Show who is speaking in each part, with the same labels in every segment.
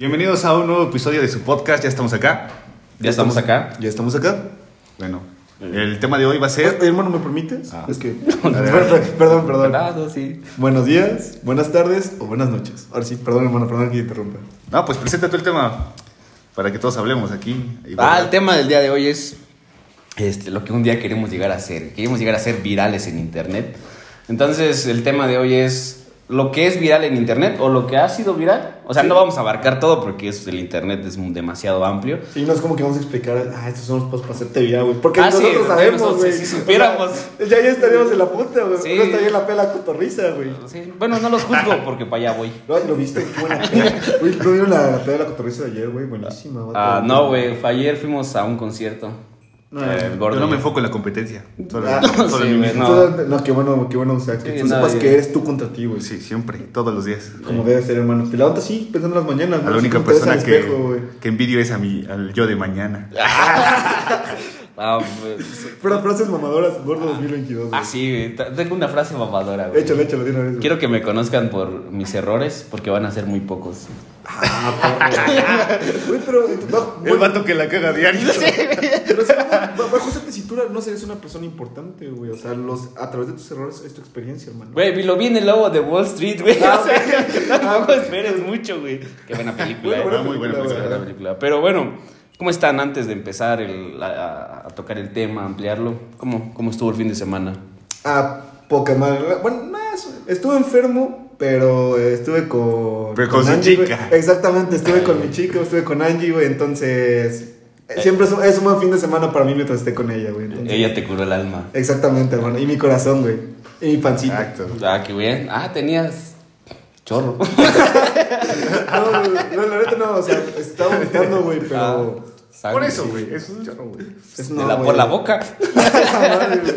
Speaker 1: Bienvenidos a un nuevo episodio de su podcast. Ya estamos acá.
Speaker 2: Ya estamos acá.
Speaker 1: Ya estamos acá. Bueno, el tema de hoy va a ser.
Speaker 3: Oye, hermano, ¿me permites?
Speaker 1: Ah.
Speaker 3: Es que. perdón, perdón, perdón.
Speaker 2: Esperado, sí.
Speaker 3: Buenos días, buenas tardes o buenas noches. Ahora sí, perdón, hermano, perdón que interrumpa.
Speaker 1: No, pues presenta tú el tema para que todos hablemos aquí. Y
Speaker 2: Ah,
Speaker 1: bueno,
Speaker 2: el tema del día de hoy es este, lo que un día queremos llegar a ser. Queremos llegar a ser virales en Internet. Entonces, el tema de hoy es lo que es viral en Internet o lo que ha sido viral. O sea, no vamos a abarcar todo porque es, el Internet es demasiado amplio.
Speaker 3: Sí, no es como que vamos a explicar, ah, estos son los pasos para hacerte vida, güey. Porque
Speaker 2: Ah, sí,
Speaker 3: nosotros
Speaker 2: güey,
Speaker 3: sabemos,
Speaker 2: nosotros,
Speaker 3: güey.
Speaker 2: si- si supiéramos.
Speaker 3: O sea, ya, ya estaríamos en la punta, güey.
Speaker 2: Sí.
Speaker 3: No estaría en la pela cotorriza, güey.
Speaker 2: Sí, bueno, no los juzgo porque para allá voy.
Speaker 3: No, ¿Lo viste? Qué buena peda. Güey, ¿no vieron la, la peda de la cotorriza de ayer, güey? Buenísima, vato.
Speaker 2: Ah, no, güey. fue Ayer fuimos a un concierto.
Speaker 3: No,
Speaker 2: Eh,
Speaker 3: no.
Speaker 2: gordo.
Speaker 1: Yo no me enfoco en la competencia. Solo,
Speaker 3: Ah,
Speaker 1: solo en
Speaker 2: sí,
Speaker 1: mí
Speaker 2: güey,
Speaker 1: mismo.
Speaker 2: no.
Speaker 3: Entonces, no, qué bueno, qué bueno, o sea, que
Speaker 2: Sí,
Speaker 3: tú
Speaker 2: nada,
Speaker 3: sepas
Speaker 2: bien.
Speaker 3: que eres tú contra ti, güey.
Speaker 1: Sí, siempre, todos los días.
Speaker 3: Como debe ser, hermano. Te levantas así, pensando en las mañanas,
Speaker 1: A la
Speaker 3: güey,
Speaker 1: única
Speaker 3: si te ves
Speaker 1: persona
Speaker 3: al
Speaker 1: que,
Speaker 3: espejo, güey.
Speaker 1: que envidio es a mí, al yo de mañana.
Speaker 2: Ah, pues,
Speaker 3: Pero frases mamadoras, gordo 2022. güey.
Speaker 2: ah, sí, güey. T- Tengo una frase mamadora, güey.
Speaker 3: Échale, échale de una vez. güey.
Speaker 2: Quiero que me conozcan por mis errores porque van a ser muy pocos.
Speaker 3: Ah, perro. Güey, pero. eh, va-
Speaker 1: El
Speaker 3: bueno,
Speaker 1: vato que la caga diario.
Speaker 3: pero, o sea, ba- bajo esa tesitura no serías una persona importante, güey. O sea, los, a través de tus errores es tu experiencia, hermano.
Speaker 2: Güey, lo vi en el lobo de Wall Street, güey.
Speaker 3: Ah,
Speaker 2: o sea,
Speaker 3: ok.
Speaker 2: tampoco esperes mucho, güey. Qué buena película,
Speaker 3: Bueno,
Speaker 2: eh.
Speaker 3: buena
Speaker 1: Ah, muy buena
Speaker 3: película,
Speaker 2: Qué
Speaker 1: película.
Speaker 2: buena película. Pero bueno, ¿cómo están antes de empezar el- a, a tocar el tema, a ampliarlo? ¿Cómo, ¿Cómo estuvo el fin de semana?
Speaker 3: Ah, poca madre. Bueno, más. Estuve enfermo, pero eh, estuve con.
Speaker 1: Pero con su
Speaker 3: Angie, güey.
Speaker 1: chica.
Speaker 3: Exactamente, estuve con mi chica, estuve con Angie, güey. Entonces. eh, Siempre es un, es un buen fin de semana para mí mientras esté con ella, güey. entonces-
Speaker 2: Ella te curó el alma.
Speaker 3: Exactamente, hermano. Y mi corazón, güey. Y mi pancita.
Speaker 1: Exacto.
Speaker 2: Ah, qué bien. Ah, tenías chorro.
Speaker 3: No, güey, no, la neta no, o sea, estaba vomitando, güey, pero.
Speaker 2: Ah,
Speaker 1: Por
Speaker 2: sangre.
Speaker 1: eso, güey. Eso es yo, güey.
Speaker 3: es
Speaker 2: De
Speaker 3: no,
Speaker 2: la-
Speaker 3: güey.
Speaker 2: por la boca.
Speaker 3: Madre, güey.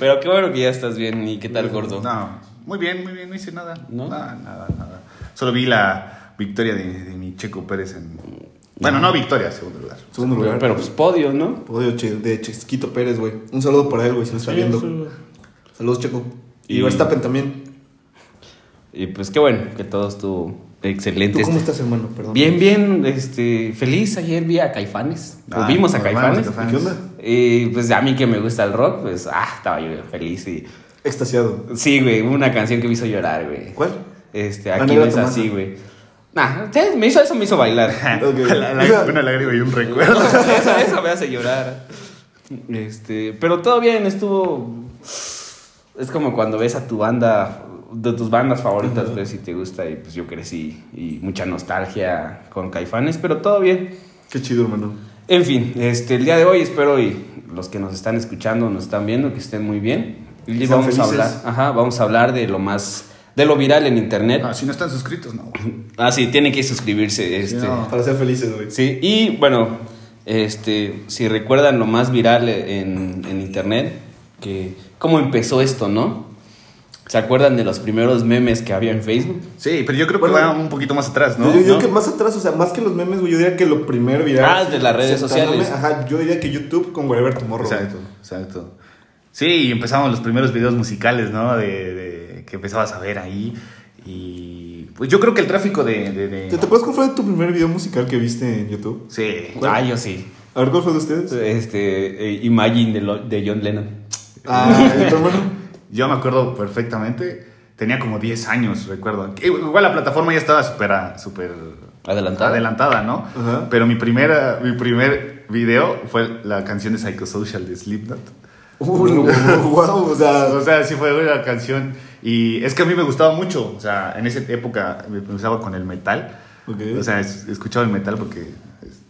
Speaker 2: Pero qué bueno que ya estás bien. ¿Y qué tal, gordo?
Speaker 1: No, muy bien, muy bien, no hice nada.
Speaker 2: ¿No?
Speaker 1: Nada, nada, nada. Solo vi la victoria de, de mi Checo Pérez en. Bueno, no victoria, segundo lugar.
Speaker 3: Segundo lugar.
Speaker 2: Pero pues podio, ¿no?
Speaker 3: Podio che- de Chesquito Pérez, güey. Un saludo para él, güey, si nos está viendo. Saludos, Checo. Y,
Speaker 2: Y-
Speaker 3: Verstappen también.
Speaker 2: Y pues qué bueno que todo estuvo excelente.
Speaker 3: ¿Tú cómo
Speaker 2: Este-
Speaker 3: estás, hermano? Perdón.
Speaker 2: Bien, bien, este, feliz. Ayer vi a Caifanes.
Speaker 1: Ah,
Speaker 2: o vimos a
Speaker 1: hermano,
Speaker 2: Caifanes.
Speaker 1: Caifanes.
Speaker 3: ¿Qué onda?
Speaker 2: Y pues a mí que me gusta el rock, pues, ah, estaba yo feliz. Y...
Speaker 3: Extasiado.
Speaker 2: Sí, güey, hubo una canción que me hizo llorar, güey.
Speaker 3: ¿Cuál?
Speaker 2: Este,
Speaker 3: Ah,
Speaker 2: aquí
Speaker 3: no
Speaker 2: no
Speaker 3: iba
Speaker 2: es
Speaker 3: tomando.
Speaker 2: así, güey. Nah, te- me hizo eso, me hizo bailar.
Speaker 3: Ok.
Speaker 1: La- la-
Speaker 3: O sea,
Speaker 1: una lágrima y un recuerdo.
Speaker 2: eso, eso me hace llorar. Este, pero todo bien, estuvo. Es como cuando ves a tu banda, de tus bandas favoritas, ves si te gusta. Y pues yo crecí y mucha nostalgia con Caifanes, pero todo bien.
Speaker 3: Qué chido, hermano.
Speaker 2: En fin, este, el día de hoy espero y los que nos están escuchando, nos están viendo, que estén muy bien. Y
Speaker 3: Sean
Speaker 2: vamos a, hablar,
Speaker 3: felices.
Speaker 2: ajá, vamos a hablar de lo más, de lo viral en internet.
Speaker 1: Ah, si no están suscritos, no. güey.
Speaker 2: Ah, sí, tienen que suscribirse. Este.
Speaker 1: no.
Speaker 3: Para ser felices, güey.
Speaker 2: Sí, y bueno, este, si recuerdan lo más viral en, en internet, que cómo empezó esto, ¿no? ¿Se acuerdan de los primeros memes que había en Facebook?
Speaker 1: Sí, pero yo creo que
Speaker 3: Bueno.
Speaker 1: va un poquito más atrás, ¿no?
Speaker 3: yo yo
Speaker 2: ¿No?
Speaker 3: que más atrás, o sea, más que los memes, güey, yo diría que lo primero viral.
Speaker 2: Ah,
Speaker 3: sí,
Speaker 2: de las redes
Speaker 3: sentándome,
Speaker 2: sociales.
Speaker 3: Ajá, yo diría que YouTube con Wherever Tomorrow. güey.
Speaker 1: Exacto, exacto. Sí, y empezamos los primeros videos musicales, ¿no? De, de- que empezabas a ver ahí. Y pues yo creo que el tráfico de... de- de-
Speaker 3: ¿Te, ¿Te acuerdas cuál fue tu primer video musical que viste en YouTube?
Speaker 1: Sí.
Speaker 2: Ah, yo sí.
Speaker 3: A ver, ¿cuál fue de ustedes?
Speaker 2: Este, eh, Imagine de, lo- de John Lennon.
Speaker 3: Ah, ¿y tu hermano?
Speaker 1: Yo me acuerdo perfectamente. Tenía como 10 años, recuerdo. Que Igual la plataforma ya estaba súper super
Speaker 2: Adelantado.
Speaker 1: adelantada, ¿no?
Speaker 3: Ajá.
Speaker 1: Pero mi, primera, mi primer video fue la canción de Psychosocial de Slipknot.
Speaker 3: Uh, wow, o sea,
Speaker 1: O sea, sí fue una canción. Y es que a mí me gustaba mucho. O sea, en esa época me pensaba con el metal.
Speaker 3: Ok.
Speaker 1: O sea, es- escuchaba el metal porque. es-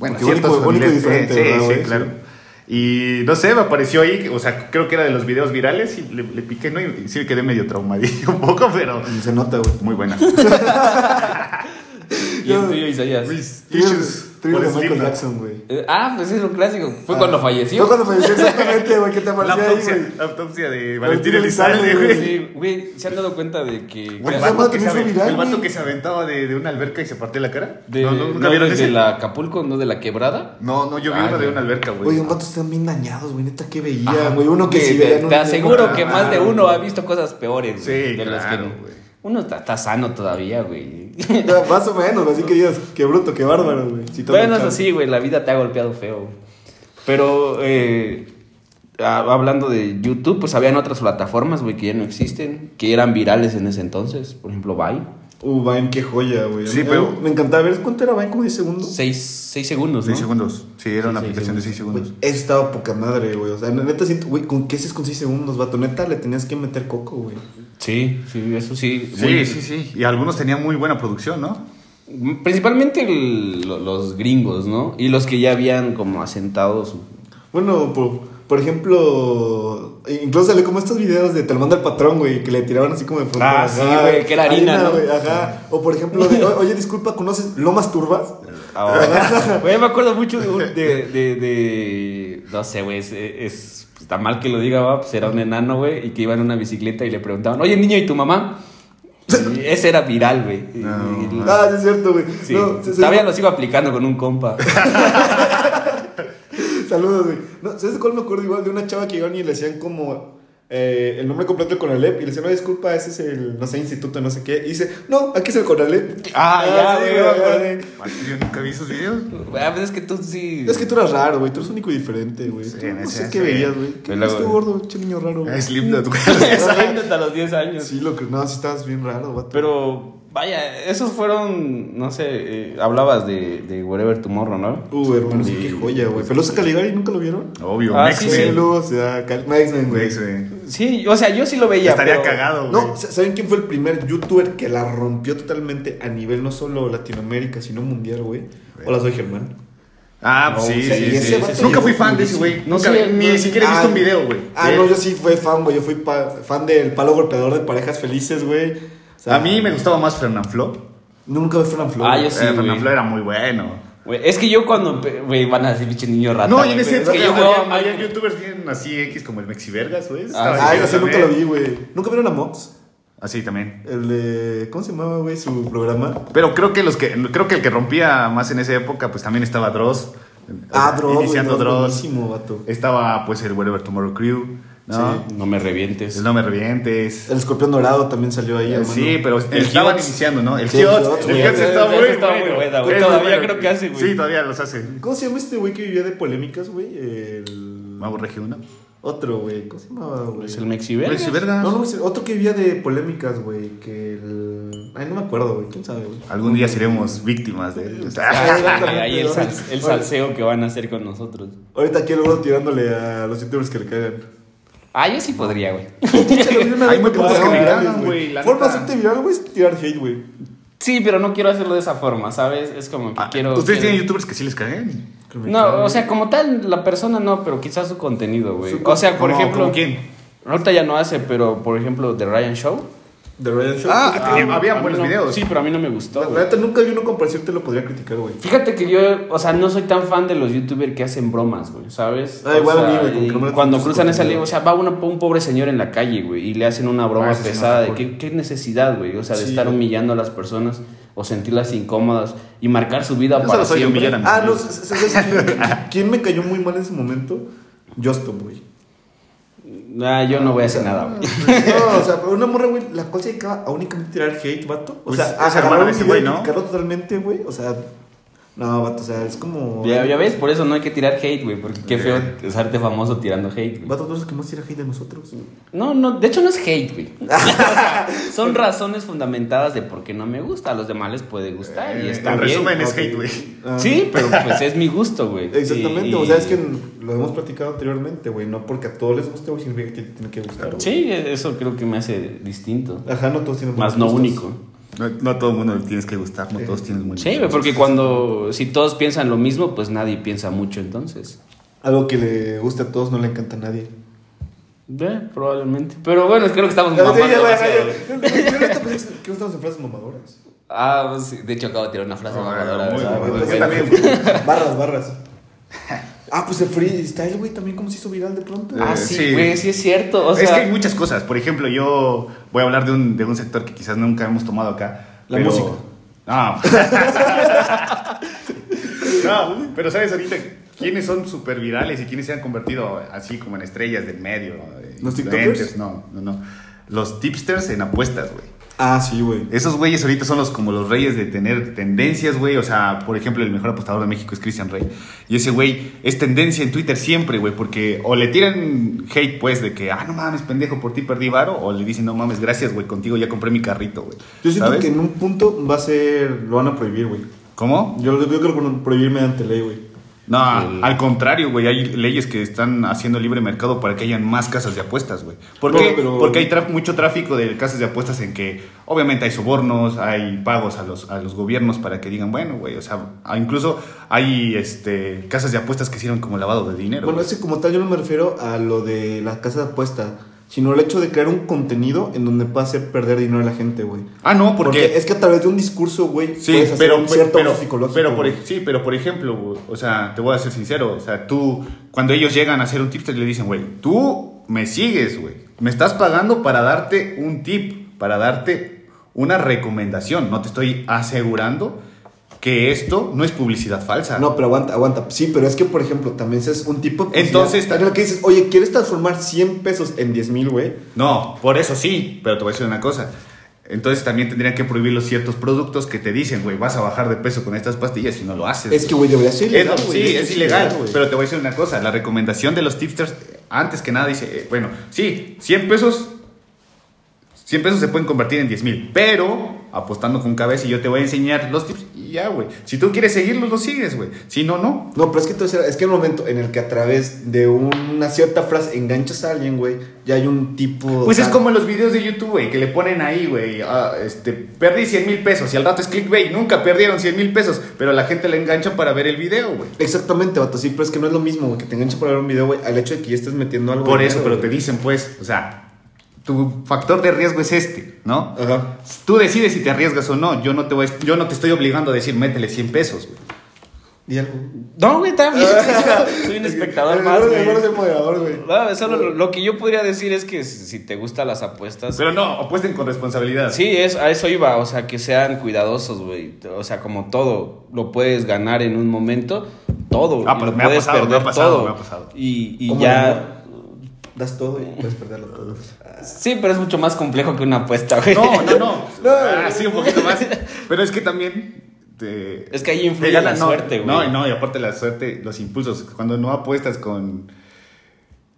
Speaker 1: bueno,
Speaker 3: Porque
Speaker 1: ciertos
Speaker 3: único- único y
Speaker 1: familiares-
Speaker 3: diferente,
Speaker 1: sí,
Speaker 3: ¿verdad,
Speaker 1: sí,
Speaker 3: güey?
Speaker 1: claro. Y no sé, me apareció ahí. O sea, creo que era de los videos virales y le, le piqué, ¿no? Y sí me quedé medio traumadillo un poco, pero.
Speaker 3: se nota, güey.
Speaker 1: Muy buena.
Speaker 2: Y el tuyo, Isaías.
Speaker 1: Mis issues.
Speaker 3: Thriller- Thriller
Speaker 1: por
Speaker 3: de Michael
Speaker 1: Slipknot.
Speaker 3: Jackson, güey.
Speaker 2: Eh, Ah, pues es un clásico. Fue
Speaker 3: Ah.
Speaker 2: cuando
Speaker 3: Fue
Speaker 2: falleció.
Speaker 3: cuando falleció exactamente, güey, que te
Speaker 1: La
Speaker 3: apareció ahí,
Speaker 1: autopsia,
Speaker 3: güey.
Speaker 1: la autopsia de
Speaker 3: Valentín
Speaker 1: Valentín Elizalde,
Speaker 3: Elizalde,
Speaker 1: güey.
Speaker 2: Sí, güey, ¿se han dado cuenta de que...
Speaker 1: Güey,
Speaker 3: Bueno,
Speaker 1: el
Speaker 3: esa
Speaker 1: vato,
Speaker 3: madre
Speaker 1: que se,
Speaker 3: también fue
Speaker 1: aven-
Speaker 3: viral,
Speaker 1: el vato
Speaker 3: güey.
Speaker 1: que se aventaba de, de una alberca y se partía la cara.
Speaker 2: De,
Speaker 1: no,
Speaker 2: no,
Speaker 1: no, ¿Nunca vieron
Speaker 2: desde
Speaker 1: ese?
Speaker 2: la Acapulco, no de la quebrada?
Speaker 1: No, no, yo vi
Speaker 2: Ah,
Speaker 1: uno de
Speaker 2: yo-
Speaker 1: una alberca, güey.
Speaker 3: Oye, un vato están bien dañados, güey, neta, qué
Speaker 2: Ajá.
Speaker 3: veía, güey. Uno que
Speaker 2: Güey,
Speaker 3: sí
Speaker 2: te,
Speaker 3: veía en un-
Speaker 2: te aseguro
Speaker 1: Ah,
Speaker 2: que más de uno ha visto cosas peores.
Speaker 1: Sí,
Speaker 2: güey, de
Speaker 1: claro,
Speaker 2: las que no.
Speaker 1: güey.
Speaker 2: Uno está, está sano todavía, güey.
Speaker 3: No, Más o menos, así que digas, qué bruto, qué bárbaro, güey. Si todo
Speaker 2: Bueno, es
Speaker 3: cabe.
Speaker 2: así, güey, la vida te ha golpeado feo. Pero eh, a- hablando de YouTube, pues habían otras plataformas, güey, que ya no existen, que eran virales en ese entonces. Por ejemplo, Vine.
Speaker 3: Uh, Vine, qué joya, güey.
Speaker 1: Sí,
Speaker 3: A mí-
Speaker 1: pero-
Speaker 3: Me encantaba ver cuánto era Vine, como 10 segundos.
Speaker 2: Seis, seis segundos, ¿no?
Speaker 1: Seis segundos. Sí, era una
Speaker 2: Sí, seis
Speaker 1: aplicación de 6 segundos.
Speaker 3: Güey, eso estaba poca madre, güey. O sea, neta siento, güey, ¿con qué haces con 6 segundos, vato? Neta le tenías que meter coco, güey.
Speaker 2: Sí, sí, eso sí.
Speaker 1: Sí,
Speaker 2: Muy-
Speaker 1: sí, sí. Y algunos tenían muy buena producción, ¿no?
Speaker 2: Principalmente el- lo- los gringos, ¿no? Y los que ya habían como asentado su...
Speaker 3: Bueno, por, por ejemplo, incluso sale como estos videos de Te lo manda el patrón, güey, que le tiraban así como de fondo.
Speaker 2: Ah, sí, güey, que era harina, ¿no?
Speaker 3: güey, ajá. O por ejemplo, de, "O- oye, disculpa, ¿conoces Lomas Turbas?
Speaker 2: Ahora. Güey, me acuerdo mucho de, un- de, de- de- No sé, güey, es, es- Está mal que lo diga, va, pues era un enano, güey, y que iba en una bicicleta y le preguntaban, oye, niño, ¿y tu mamá? Y ese era viral, güey. Y-
Speaker 1: No,
Speaker 2: y-
Speaker 1: man.
Speaker 3: Ah, sí, es cierto, güey.
Speaker 2: sí,
Speaker 3: No, sí, sí.
Speaker 2: todavía lo sigo aplicando con un compa.
Speaker 3: Saludos, güey. No, ¿Sabes de cuál me acuerdo igual? De una chava que iban y le decían como eh, el nombre completo con Conalep y le decían, no, disculpa, ese es el, no sé, instituto, no sé qué. Y dice, no, aquí es el Conalep.
Speaker 2: Ah, ya, güey, me acordé.
Speaker 1: Yo nunca vi esos videos.
Speaker 2: A veces pues que tú sí...
Speaker 3: Es que tú eras raro, güey. Tú eres único y diferente, güey.
Speaker 1: Sí,
Speaker 3: Tú
Speaker 1: en
Speaker 3: no
Speaker 1: ese-
Speaker 3: sé qué
Speaker 1: sí.
Speaker 3: veías, güey. ¿Qué
Speaker 2: Y luego-
Speaker 3: eres tú gordo, che niño raro,
Speaker 1: Ah,
Speaker 3: güey?
Speaker 1: Slipknot, güey.
Speaker 2: Esa anécdota a los 10 años.
Speaker 3: Sí, lo creo. No, sí estabas bien raro, güey.
Speaker 2: Pero vaya, esos fueron, no sé, eh, hablabas de, de Wherever Tomorrow, ¿no?
Speaker 3: Uh, hermano, sí,
Speaker 2: Sí.
Speaker 3: qué joya, güey. ¿Pelosa Caligari nunca lo vieron?
Speaker 1: Obvio,
Speaker 2: Ah,
Speaker 1: Next
Speaker 2: sí,
Speaker 3: Sí,
Speaker 1: Men.
Speaker 3: luego se da Cal- Nice Man, güey.
Speaker 1: Next Men.
Speaker 2: Sí, o sea, yo sí lo veía.
Speaker 1: Estaría
Speaker 2: pero-
Speaker 1: cagado, güey.
Speaker 3: No, ¿sa- ¿saben quién fue el primer youtuber que la rompió totalmente a nivel no solo Latinoamérica, sino mundial, güey? Hola, soy Germán.
Speaker 1: Ah, pues
Speaker 2: No,
Speaker 1: sí,
Speaker 2: sí,
Speaker 1: sí,
Speaker 2: ese
Speaker 1: sí,
Speaker 2: vato
Speaker 1: sí. Nunca
Speaker 3: llegó
Speaker 1: fui fan de ese
Speaker 3: durísimo.
Speaker 1: güey.
Speaker 2: No
Speaker 1: Nunca,
Speaker 2: sé,
Speaker 1: ni
Speaker 2: no-
Speaker 1: siquiera he visto
Speaker 3: Ah,
Speaker 1: un video, güey. Eh.
Speaker 3: Ah,
Speaker 1: de
Speaker 3: no,
Speaker 1: él.
Speaker 3: yo sí fui fan, güey. Yo fui pa- fan del palo golpeador de parejas felices, güey. O sea,
Speaker 1: A mí me gustaba más Fernanfloo.
Speaker 3: Nunca fue Fran Flow.
Speaker 2: Ah, yo
Speaker 1: Eh,
Speaker 2: sí, güey.
Speaker 1: Fernanfloo era muy bueno.
Speaker 2: Güey, es que yo cuando, empe- güey, van a decir pinche niño rata.
Speaker 1: No, y
Speaker 2: Ah, güey,
Speaker 1: en ese
Speaker 2: pero es que
Speaker 1: entonces
Speaker 2: yo
Speaker 1: había,
Speaker 2: jugaba
Speaker 1: había
Speaker 2: mal-
Speaker 1: youtubers bien así X como el Mexivergas, güey.
Speaker 2: Ah,
Speaker 3: Ay,
Speaker 1: yo
Speaker 3: ese nunca lo vi, güey. ¿Nunca vieron a Mox?
Speaker 1: Así Ah, también.
Speaker 3: El de. ¿Cómo se llamaba, güey? Su programa.
Speaker 1: Pero creo que los que creo que el que rompía más en esa época pues también estaba Dross.
Speaker 3: Ah, Dross.
Speaker 1: Iniciando
Speaker 3: güey, Dross,
Speaker 1: Dross.
Speaker 3: Buenísimo, vato.
Speaker 1: Estaba pues el Whatever Tomorrow Crew, ¿no?
Speaker 2: No me revientes.
Speaker 1: El No me revientes.
Speaker 3: El escorpión dorado también salió ahí, hermano.
Speaker 1: Eh, Sí, pero
Speaker 2: El
Speaker 1: estaban
Speaker 2: Hiots.
Speaker 1: iniciando, ¿no? El
Speaker 3: Sí, el
Speaker 1: Hiots.
Speaker 3: Hiots,
Speaker 1: El
Speaker 3: güey.
Speaker 1: Hiots
Speaker 3: Ese-
Speaker 1: está
Speaker 2: ese
Speaker 1: muy
Speaker 2: está muy
Speaker 1: bueno.
Speaker 2: buena, güey.
Speaker 1: Es muy
Speaker 2: Todavía
Speaker 1: bueno.
Speaker 2: creo que hace, güey.
Speaker 1: Sí, todavía los hace.
Speaker 3: ¿Cómo se llama este güey que vivía de polémicas, güey? El.
Speaker 1: Mago Regio 1.
Speaker 3: Otro, güey. ¿Cómo se llamaba, güey?
Speaker 2: Es el Mexiver.
Speaker 1: Mexivergas.
Speaker 3: No, no, es el otro que vivía de polémicas, güey. Que el. Ay, no me acuerdo, güey. ¿Quién sabe, güey?
Speaker 1: Algún día seremos víctimas de él.
Speaker 2: Ah, Ahí el, sal- el salseo que van a hacer con nosotros.
Speaker 3: Ahorita aquí el gordo tirándole a los youtubers que le cagan.
Speaker 2: Ah, yo sí podría, güey.
Speaker 1: Hay muy pocos que me
Speaker 3: virales,
Speaker 1: cagan, güey, la
Speaker 3: Forma de
Speaker 1: neta.
Speaker 3: hacerte viral, güey, es tirar hate, güey.
Speaker 2: Sí, pero no quiero hacerlo de esa forma, ¿sabes? Es como que
Speaker 1: Ah,
Speaker 2: quiero.
Speaker 1: Ustedes
Speaker 2: quiero-
Speaker 1: tienen youtubers que sí les caguen.
Speaker 2: No, o sea, como tal, la persona no, pero quizás su contenido, güey.
Speaker 3: Su
Speaker 2: O sea, por
Speaker 1: ¿Cómo-
Speaker 2: ejemplo.
Speaker 1: cómo quién?
Speaker 2: Ahorita ya no hace, pero por ejemplo, The Ryan Show.
Speaker 3: De Ryan Show.
Speaker 1: Ah,
Speaker 3: Ah,
Speaker 1: Tenía-
Speaker 2: a mí
Speaker 1: había buenos
Speaker 2: no-
Speaker 1: videos.
Speaker 2: Sí, pero a mí no me gustó.
Speaker 3: la
Speaker 2: güey.
Speaker 3: neta, nunca vi uno compartirte lo podría criticar, güey.
Speaker 2: Fíjate que yo, o sea, no soy tan fan de los youtubers que hacen bromas, güey, ¿sabes?
Speaker 3: Ah, igual
Speaker 2: O
Speaker 3: a mí,
Speaker 2: sea,
Speaker 3: güey, como que no me
Speaker 2: y Cuando
Speaker 3: gusta su
Speaker 2: cruzan esa
Speaker 3: contenido.
Speaker 2: línea, o sea, va uno, un pobre señor en la calle, güey, y le hacen una broma
Speaker 1: Ah, eso sí no
Speaker 2: pesada
Speaker 1: está
Speaker 2: de qué, qué necesidad, güey, o sea, de
Speaker 3: Sí,
Speaker 2: estar
Speaker 3: güey.
Speaker 2: humillando a las personas o sentirlas incómodas y marcar su vida
Speaker 1: Yo solo
Speaker 2: para
Speaker 1: soy
Speaker 2: siempre.
Speaker 1: humillar a mis
Speaker 3: Ah, no,
Speaker 1: amigos.
Speaker 3: s- s- ¿sabes quién, quién me cayó muy mal en ese momento? Justin, güey.
Speaker 2: Ah, yo no voy a hacer nada, güey.
Speaker 3: No, o sea, pero una morra, güey, la cual se dedicaba a únicamente tirar hate, vato. O
Speaker 1: Pues,
Speaker 3: sea, a
Speaker 1: es hermana
Speaker 3: agarrar un
Speaker 1: de ese
Speaker 3: video
Speaker 1: güey,
Speaker 3: y
Speaker 1: ¿no?
Speaker 3: criticarlo totalmente, güey. O sea, no, vato, o sea, es como.
Speaker 2: Ya, ya ves, por eso no hay que tirar hate, güey, porque qué feo hacerte famoso tirando hate, güey.
Speaker 3: Vato, tú eres el que más tira hate de nosotros.
Speaker 2: No, no, de hecho no es hate, güey. O sea, son razones fundamentadas de por qué no me gusta. A los demás les puede gustar y
Speaker 1: Eh,
Speaker 2: está
Speaker 1: en
Speaker 2: bien.
Speaker 1: resumen es
Speaker 3: ok.
Speaker 1: hate, güey.
Speaker 3: Ah.
Speaker 2: Sí, pero pues es mi gusto, güey.
Speaker 3: Exactamente,
Speaker 2: Y-
Speaker 3: o sea, es que lo hemos platicado anteriormente, güey. No porque a todos les guste, güey, significa que te tiene que gustar. güey.
Speaker 2: Sí, eso creo que me hace distinto.
Speaker 3: Ajá, no todos tienen
Speaker 2: Más no
Speaker 3: buenos gustos.
Speaker 2: único.
Speaker 1: No, no a todo el mundo le tienes que gustar, no todos tienen muy
Speaker 2: Sí, güey, porque cuando. Si todos piensan lo mismo, pues nadie piensa mucho entonces.
Speaker 3: Algo que le guste a todos no le encanta a nadie.
Speaker 2: Ve, probablemente. Pero bueno, creo que estamos
Speaker 3: Ya,
Speaker 2: mamando.
Speaker 3: ya, ya, ya,
Speaker 2: demasiado, güey.
Speaker 3: ya. Yo ahorita pensé que no estamos en frases mamadoras.
Speaker 2: Ah, pues, sí, de hecho acabo de tirar una frase
Speaker 1: Ah,
Speaker 2: mamadora.
Speaker 1: muy
Speaker 2: ¿verdad?
Speaker 1: bueno,
Speaker 2: Muy
Speaker 1: pues,
Speaker 2: buena.
Speaker 1: también.
Speaker 3: Barras, barras. Ah, pues el freestyle, güey, también como se hizo viral de pronto.
Speaker 2: Ah,
Speaker 1: Eh,
Speaker 2: sí,
Speaker 1: sí.
Speaker 2: güey, sí es cierto. O sea,
Speaker 1: es que hay muchas cosas. Por ejemplo, yo voy a hablar de un, de un sector que quizás nunca hemos tomado acá.
Speaker 3: La
Speaker 1: pero-
Speaker 3: música.
Speaker 1: No. no, pero sabes ahorita quiénes son súper virales y quiénes se han convertido así como en estrellas del medio. eh,
Speaker 3: ¿Los
Speaker 1: influencers?
Speaker 3: tiktokers?
Speaker 1: No, no, no. Los tipsters en apuestas, güey.
Speaker 3: Ah, sí, güey.
Speaker 1: Esos güeyes ahorita son los como los reyes de tener tendencias, güey. O sea, por ejemplo, el mejor apostador de México es Christian Rey. Y ese güey es tendencia en Twitter siempre, güey. Porque o le tiran hate, pues, de que, ah, no mames, pendejo, por ti perdí varo. O le dicen, no mames, gracias, güey, contigo ya compré mi carrito, güey.
Speaker 3: Yo siento
Speaker 1: ¿Sabes?
Speaker 3: que en un punto va a ser. Lo van a prohibir, güey.
Speaker 1: ¿Cómo?
Speaker 3: Yo, yo creo que lo van a prohibir mediante ley, güey.
Speaker 1: No, al contrario, güey. Hay leyes que están haciendo libre mercado para que hayan más casas de apuestas, güey. ¿Por
Speaker 3: No,
Speaker 1: qué?
Speaker 3: pero-
Speaker 1: Porque hay tra- mucho tráfico de casas de apuestas en que, obviamente, hay sobornos, hay pagos a los, a los gobiernos para que digan, bueno, güey, o sea, a- incluso hay este, casas de apuestas que hicieron como lavado de dinero.
Speaker 3: Bueno,
Speaker 1: güey.
Speaker 3: es que como tal yo no me refiero a lo de la casa de apuesta, sino el hecho de crear un contenido en donde pueda hacer perder dinero a la gente, güey.
Speaker 1: Ah, no,
Speaker 3: Porque,
Speaker 1: porque.
Speaker 3: es que a través de un discurso, güey,
Speaker 1: Sí,
Speaker 3: puedes hacer
Speaker 1: pero,
Speaker 3: un cierto
Speaker 1: pero,
Speaker 3: abuso psicológico.
Speaker 1: pero por,
Speaker 3: güey.
Speaker 1: ej- sí, pero por ejemplo, güey, o sea, te voy a ser sincero, o sea, tú, cuando ellos llegan a hacer un tip, te le dicen, güey, tú me sigues, güey, me estás pagando para darte un tip, para darte una recomendación, no te estoy asegurando que esto no es publicidad falsa.
Speaker 3: No, pero aguanta, aguanta. Sí, pero es que, por ejemplo, también es un tipo... de
Speaker 1: Entonces,
Speaker 3: publicidad en el que dices, oye, ¿quieres transformar 100 pesos en 10 mil, güey?
Speaker 1: No, por eso sí, pero te voy a decir una cosa. Entonces también tendrían que prohibir los ciertos productos que te dicen, güey, vas a bajar de peso con estas pastillas y no lo haces.
Speaker 3: Es que, güey, debería ser
Speaker 1: Es lo-
Speaker 3: ilegal,
Speaker 1: sí,
Speaker 3: güey.
Speaker 1: es, ilegal,
Speaker 3: güey.
Speaker 1: pero te voy a decir una cosa, la recomendación de los tipsters, antes que nada dice, eh, bueno, sí, 100 pesos, 100 pesos se pueden convertir en 10 mil, pero apostando con cabeza y yo te voy a enseñar los tips y ya, güey. Si tú quieres seguirlos, los sigues, güey. Si no, no.
Speaker 3: No, pero es que, entonces, es que en el momento en el que a través de una cierta frase enganchas a alguien, güey, ya hay un tipo...
Speaker 1: Pues es
Speaker 3: tal-
Speaker 1: como en los videos de YouTube, güey, que le ponen ahí, güey, ah, este, perdí 100 mil pesos y al rato es clickbait, nunca perdieron 100 mil pesos, pero la gente le engancha para ver el video, güey.
Speaker 3: Exactamente, vato, sí, pero es que no es lo mismo güey, que te enganche por ver un video, güey, al hecho de que ya estés metiendo algo.
Speaker 1: Por
Speaker 3: de
Speaker 1: eso, pero
Speaker 3: dinero,
Speaker 1: te dicen, pues, o sea, tu factor de riesgo es este, ¿no?
Speaker 3: güey. Ajá.
Speaker 1: Tú decides si te arriesgas o no. Yo no te, voy, a- yo no te estoy obligando a decir, métele 100 pesos, güey.
Speaker 3: Di algo.
Speaker 2: No, güey, también. Soy un
Speaker 1: eh,
Speaker 2: espectador más,
Speaker 3: El hermano es
Speaker 2: güey.
Speaker 3: el moderador, güey.
Speaker 2: No, solo lo- lo que yo podría decir es que si si te gustan las apuestas.
Speaker 1: Pero no, apuesten con responsabilidad.
Speaker 2: Sí, es, a eso iba, o sea, que sean cuidadosos, güey. O sea, como todo, lo puedes ganar en un momento, todo.
Speaker 1: Ah,
Speaker 2: y
Speaker 1: pues
Speaker 2: lo
Speaker 1: me ha
Speaker 2: puedes
Speaker 1: pasado, me ha
Speaker 2: perder
Speaker 1: pasado,
Speaker 2: todo.
Speaker 1: me ha pasado.
Speaker 2: Y, y
Speaker 3: ¿Cómo
Speaker 2: ya...
Speaker 3: Das todo y puedes perderlo todo.
Speaker 2: Sí, pero es mucho más complejo que una apuesta, güey.
Speaker 1: No, no, no.
Speaker 3: No.
Speaker 1: Ah, sí, un poquito más. Pero es que también. Te,
Speaker 2: Es que ahí influye
Speaker 1: te gana-
Speaker 2: la
Speaker 1: no,
Speaker 2: suerte, güey.
Speaker 1: No, y no, y aparte la suerte, los impulsos. Cuando no apuestas con.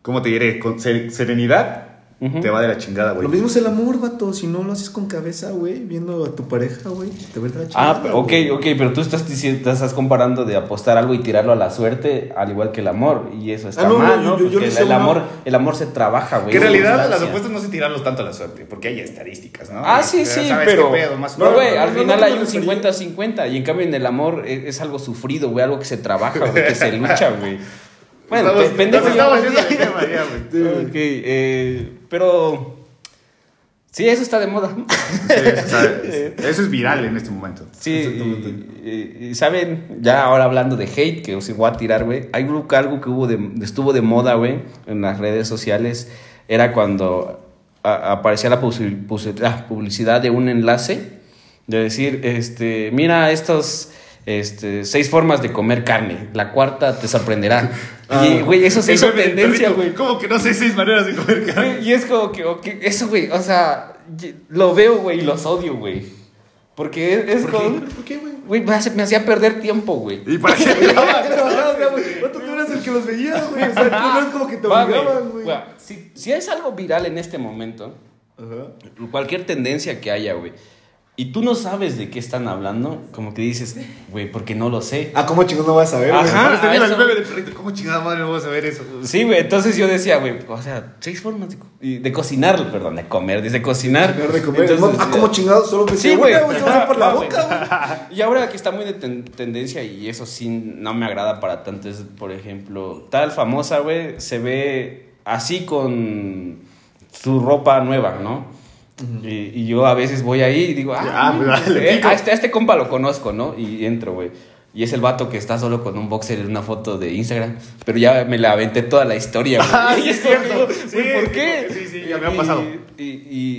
Speaker 1: ¿Cómo te diré? Con ser- serenidad,
Speaker 2: Ujú.
Speaker 1: te va de la chingada, güey.
Speaker 3: Lo mismo es el amor, vato. Si no lo haces con cabeza, güey, viendo a tu pareja, güey, te va a ir de la
Speaker 2: Ah,
Speaker 3: chingada,
Speaker 2: pero- ok,
Speaker 3: güey.
Speaker 2: ok, pero tú estás diciendo, te estás comparando de apostar algo y tirarlo a la suerte, al igual que el amor, y eso está
Speaker 3: Ah, no, no,
Speaker 2: mal,
Speaker 3: yo-
Speaker 2: ¿no?
Speaker 3: yo- yo
Speaker 2: Porque
Speaker 3: le
Speaker 2: el,
Speaker 3: hice
Speaker 2: el
Speaker 3: una-
Speaker 2: amor, el amor se trabaja, güey.
Speaker 1: Que en
Speaker 2: es una
Speaker 1: realidad las
Speaker 2: constancia.
Speaker 1: apuestas no se tirarlos tanto a la suerte, porque hay estadísticas, ¿no?
Speaker 2: Ah, sí,
Speaker 1: Ya
Speaker 2: sí,
Speaker 1: sabes
Speaker 2: pero.
Speaker 1: qué pedo, más o
Speaker 2: pero,
Speaker 1: menos,
Speaker 2: güey, ah,
Speaker 1: ¿no?
Speaker 2: al
Speaker 3: no, no,
Speaker 2: final
Speaker 3: no,
Speaker 2: hay
Speaker 3: no,
Speaker 2: un
Speaker 3: no, no.
Speaker 2: 50-50. Y en cambio, en el amor es, es algo sufrido, güey, algo que se trabaja, güey, que se lucha, güey. Bueno,
Speaker 1: Estamos-
Speaker 2: pe- pendejo.
Speaker 1: nos
Speaker 2: yo-
Speaker 1: estamos yendo del tema ya, güey.
Speaker 2: Ok, eh, pero. Sí, eso está de moda.
Speaker 1: Sí, o sea, es- eso es viral en este momento.
Speaker 2: Sí,
Speaker 3: Exactamente.
Speaker 2: y, y- y saben, ya ahora hablando de hate, que os voy a tirar, güey. Hay un- algo que hubo de, estuvo de moda, güey, en las redes sociales. Era cuando a- aparecía la, posi- posi- la publicidad de un enlace. De decir, este, mira estos este, seis formas de comer carne. La cuarta te sorprenderá.
Speaker 3: Ah,
Speaker 2: y, güey, eso se
Speaker 1: El
Speaker 2: hizo
Speaker 1: meme del
Speaker 2: tendencia,
Speaker 1: perrito.
Speaker 2: güey.
Speaker 1: ¿Cómo que no sé seis maneras de comer carne?
Speaker 2: Güey, Y es como que, ok, eso, güey, o sea, y- lo veo, güey, y los odio, güey. Porque es, es
Speaker 3: ¿Por
Speaker 2: como-
Speaker 3: qué? ¿Por qué, güey?
Speaker 2: Güey, me, hace- me hacía perder tiempo, güey.
Speaker 1: ¿Y para qué
Speaker 2: Ah,
Speaker 3: Vato, tú eras el que los veía, güey. O sea, tú no eres como que te
Speaker 2: Va, güey.
Speaker 3: obligaban, güey.
Speaker 2: Va, Si, si es algo viral en este momento,
Speaker 3: Ajá.
Speaker 2: cualquier tendencia que haya, güey, y tú no sabes de qué están hablando, como que dices, güey, porque no lo sé.
Speaker 3: Ah, ¿cómo chingos no vas a ver, güey?
Speaker 2: Ajá.
Speaker 1: Ahora te viene
Speaker 2: eso.
Speaker 1: el bebé del perrito. ¿Cómo chingada madre vamos a ver eso?
Speaker 2: Sí, güey, entonces yo decía, güey, o sea, seis formas de, co- y de cocinar, perdón, de comer, dice cocinar.
Speaker 3: Dejar de comer.
Speaker 2: Entonces,
Speaker 3: ah, ¿cómo chingados? Solo me
Speaker 2: Sí,
Speaker 3: decía,
Speaker 2: güey.
Speaker 3: güey, se va a hacer por la
Speaker 2: Ah, güey.
Speaker 3: boca, güey.
Speaker 2: Y ahora que está muy de ten- tendencia y eso sí no me agrada para tanto es, por ejemplo, tal famosa, güey, se ve así con su ropa nueva, ¿no? Y, y yo a veces voy ahí y digo,
Speaker 1: Ya,
Speaker 2: ah,
Speaker 1: pues,
Speaker 2: mira,
Speaker 1: dale,
Speaker 2: eh,
Speaker 1: pico.
Speaker 2: a, este, a este compa lo conozco, ¿no? Y entro, güey. Y es el vato que está solo con un boxer en una foto de Instagram. Pero ya me la aventé toda la historia, güey.
Speaker 1: Ah,
Speaker 2: Y
Speaker 1: sí, es
Speaker 2: es como,
Speaker 1: cierto.
Speaker 2: güey,
Speaker 1: Sí,
Speaker 2: ¿Por qué?
Speaker 1: sí, sí, ya me ha
Speaker 2: Y-
Speaker 1: pasado.
Speaker 2: y,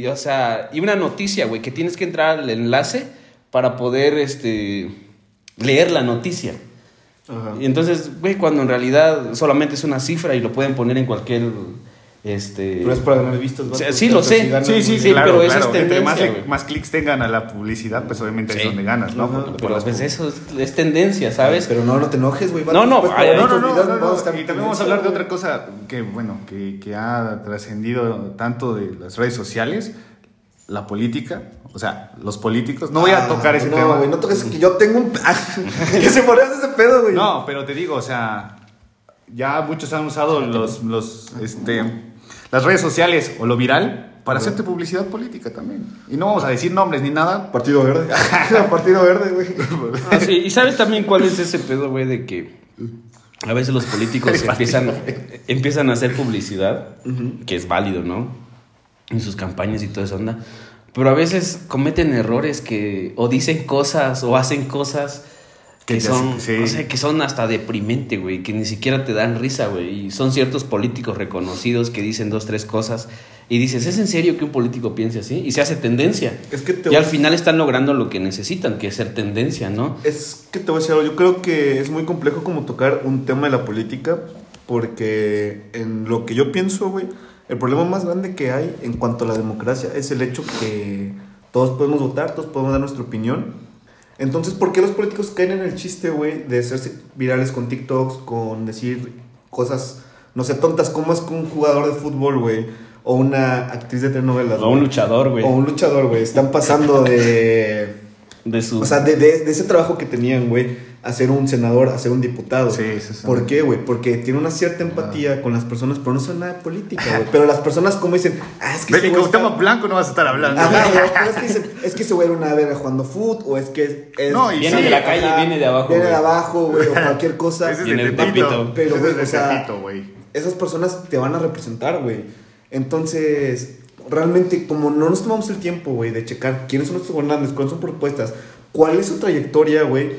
Speaker 2: y, o sea, y una noticia, güey, que tienes que entrar al enlace para poder, este, leer la noticia.
Speaker 3: Ajá.
Speaker 2: Y entonces, güey, cuando en realidad solamente es una cifra y lo pueden poner en cualquier Este.
Speaker 3: Pero es para ganar vistas.
Speaker 2: Sí,
Speaker 3: vato.
Speaker 2: sí, lo
Speaker 3: O sea,
Speaker 2: sé.
Speaker 3: si ganas-
Speaker 1: Sí, sí,
Speaker 2: Sí,
Speaker 1: claro,
Speaker 2: pero esa
Speaker 1: claro.
Speaker 2: es
Speaker 1: Entre más,
Speaker 2: tendencia, güey.
Speaker 1: más clics tengan a la publicidad, pues obviamente
Speaker 2: Sí.
Speaker 1: es donde ganas, ¿no?
Speaker 3: Ajá.
Speaker 1: Porque por
Speaker 2: Pero
Speaker 1: las
Speaker 2: pues eso es, es tendencia, ¿sabes?
Speaker 3: Pero no, no te enojes, güey.
Speaker 2: No, no, ay,
Speaker 1: No, no,
Speaker 2: Ahorita
Speaker 1: no, no, no. Y también vamos a hablar de otra cosa que, bueno, que, que ha trascendido tanto de las redes sociales, la política, o sea, los políticos. No voy
Speaker 2: Ah,
Speaker 1: a tocar ese
Speaker 3: no,
Speaker 1: tema.
Speaker 3: güey, no toques que yo tengo un. que se pones ese pedo, güey.
Speaker 1: No, pero te digo, o sea, ya muchos han usado los, los, este, las redes sociales o lo viral para hacerte publicidad política también. Y no vamos a decir nombres ni nada.
Speaker 3: Partido Verde. Partido Verde, güey.
Speaker 2: Ah, sí, Y sabes también cuál es ese pedo, güey, de que a veces los políticos empiezan, empiezan a hacer publicidad, que es válido, ¿no? En sus campañas y toda esa onda. Pero a veces cometen errores que o dicen cosas o hacen cosas que,
Speaker 1: Que te
Speaker 2: son,
Speaker 1: hacen- sí.
Speaker 2: o sea, que son hasta deprimente, güey, que ni siquiera te dan risa, güey. Y son ciertos políticos reconocidos que dicen dos, tres cosas y dices, ¿es en serio que un político piense así? Y se hace tendencia.
Speaker 3: Es que te
Speaker 2: Y al final están logrando lo que necesitan, que es ser tendencia, ¿no?
Speaker 3: Es que te voy a decir algo, yo creo que es muy complejo como tocar un tema de la política, porque en lo que yo pienso, güey, el problema más grande que hay en cuanto a la democracia es el hecho que todos podemos votar, todos podemos dar nuestra opinión. Entonces, ¿por qué los políticos caen en el chiste, güey, de hacerse virales con TikToks, con decir cosas, no sé, tontas, como es que un jugador de fútbol, güey, o una actriz de telenovelas,
Speaker 2: O un
Speaker 3: güey,
Speaker 2: luchador, güey.
Speaker 3: o un luchador, güey, están pasando de...
Speaker 2: De su.
Speaker 3: O sea, de, de- de ese trabajo que tenían, güey, a ser un senador, a ser un diputado.
Speaker 1: Sí, sí, sí.
Speaker 3: ¿Por qué, güey? Porque tiene una cierta empatía con las personas, pero no son nada de política, güey. Pero las personas como dicen, ah, es que
Speaker 1: Ven,
Speaker 3: ese
Speaker 1: y
Speaker 3: güey
Speaker 1: con
Speaker 3: está-
Speaker 1: tema blanco no vas a estar hablando.
Speaker 3: Ajá, güey, pero es que dicen, es que ese güey era una verga jugando foot, o es que... es-
Speaker 1: No, y
Speaker 2: Viene
Speaker 1: sí,
Speaker 2: de la calle,
Speaker 3: ajá,
Speaker 2: viene de abajo.
Speaker 3: Viene de
Speaker 2: güey.
Speaker 3: abajo, güey, o cualquier cosa.
Speaker 1: Ese es
Speaker 2: Y en
Speaker 1: de
Speaker 2: el
Speaker 1: Tepito.
Speaker 2: papito.
Speaker 3: Pero,
Speaker 1: Ese
Speaker 3: güey,
Speaker 1: es de
Speaker 3: o sea,
Speaker 1: Tepito, güey.
Speaker 3: esas personas te van a representar, güey. Entonces, realmente, como no nos tomamos el tiempo, güey, de checar quiénes son nuestros gobernantes, cuáles son propuestas, cuál es su trayectoria, güey.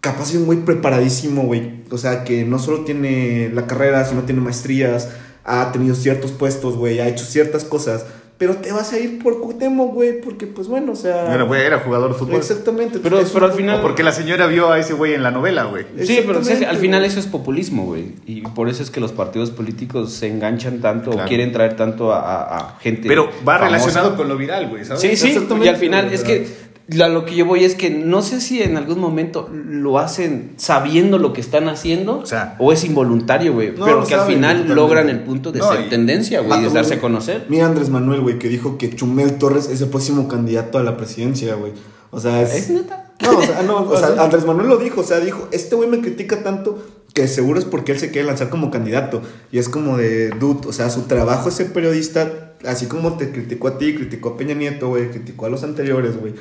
Speaker 3: Capaz es un güey preparadísimo, güey. O sea, que no solo tiene la carrera, sino tiene maestrías, ha tenido ciertos puestos, güey, ha hecho ciertas cosas. Pero te vas a ir por Cutemo, güey, porque, pues bueno, o sea.
Speaker 1: Era, güey, pues, era jugador de fútbol.
Speaker 3: exactamente.
Speaker 2: Pero-
Speaker 3: es un
Speaker 2: pero al
Speaker 3: poco-
Speaker 2: final-
Speaker 1: O porque la señora vio a ese güey en la novela, güey.
Speaker 2: Sí, pero o sea, al
Speaker 3: Exactamente,
Speaker 2: final
Speaker 3: güey.
Speaker 2: eso es populismo, güey. Y por eso es que los partidos políticos se enganchan tanto o
Speaker 1: Claro.
Speaker 2: quieren traer tanto a, a- a gente.
Speaker 1: Pero va
Speaker 2: famosa.
Speaker 1: relacionado con lo viral, güey, ¿sabes?
Speaker 2: Sí, sí.
Speaker 3: Exactamente,
Speaker 2: Y al final
Speaker 3: güey,
Speaker 2: es
Speaker 3: pero-
Speaker 2: que la- lo que yo voy es que no sé si en algún momento lo hacen sabiendo lo que están haciendo o,
Speaker 1: O sea-
Speaker 2: es involuntario, güey.
Speaker 3: No,
Speaker 2: pero
Speaker 3: lo
Speaker 2: que al
Speaker 3: saben,
Speaker 2: final
Speaker 3: totalmente.
Speaker 2: logran el punto de
Speaker 1: No,
Speaker 2: ser
Speaker 1: y-
Speaker 2: tendencia, güey,
Speaker 3: Ah,
Speaker 2: y de
Speaker 3: tú,
Speaker 2: darse
Speaker 3: güey.
Speaker 2: a conocer.
Speaker 3: Mira Andrés Manuel, güey, que dijo que Chumel Torres es el próximo candidato a la presidencia, güey. O sea, es...
Speaker 2: ¿Es neta?
Speaker 3: No, o sea, no, o sea, Andrés Manuel lo dijo, o sea, dijo, este güey me critica tanto que seguro es porque él se quiere lanzar como candidato. Y es como de, dude, o sea, su trabajo es ser periodista, así como te criticó a ti, criticó a Peña Nieto, güey, criticó a los anteriores, güey.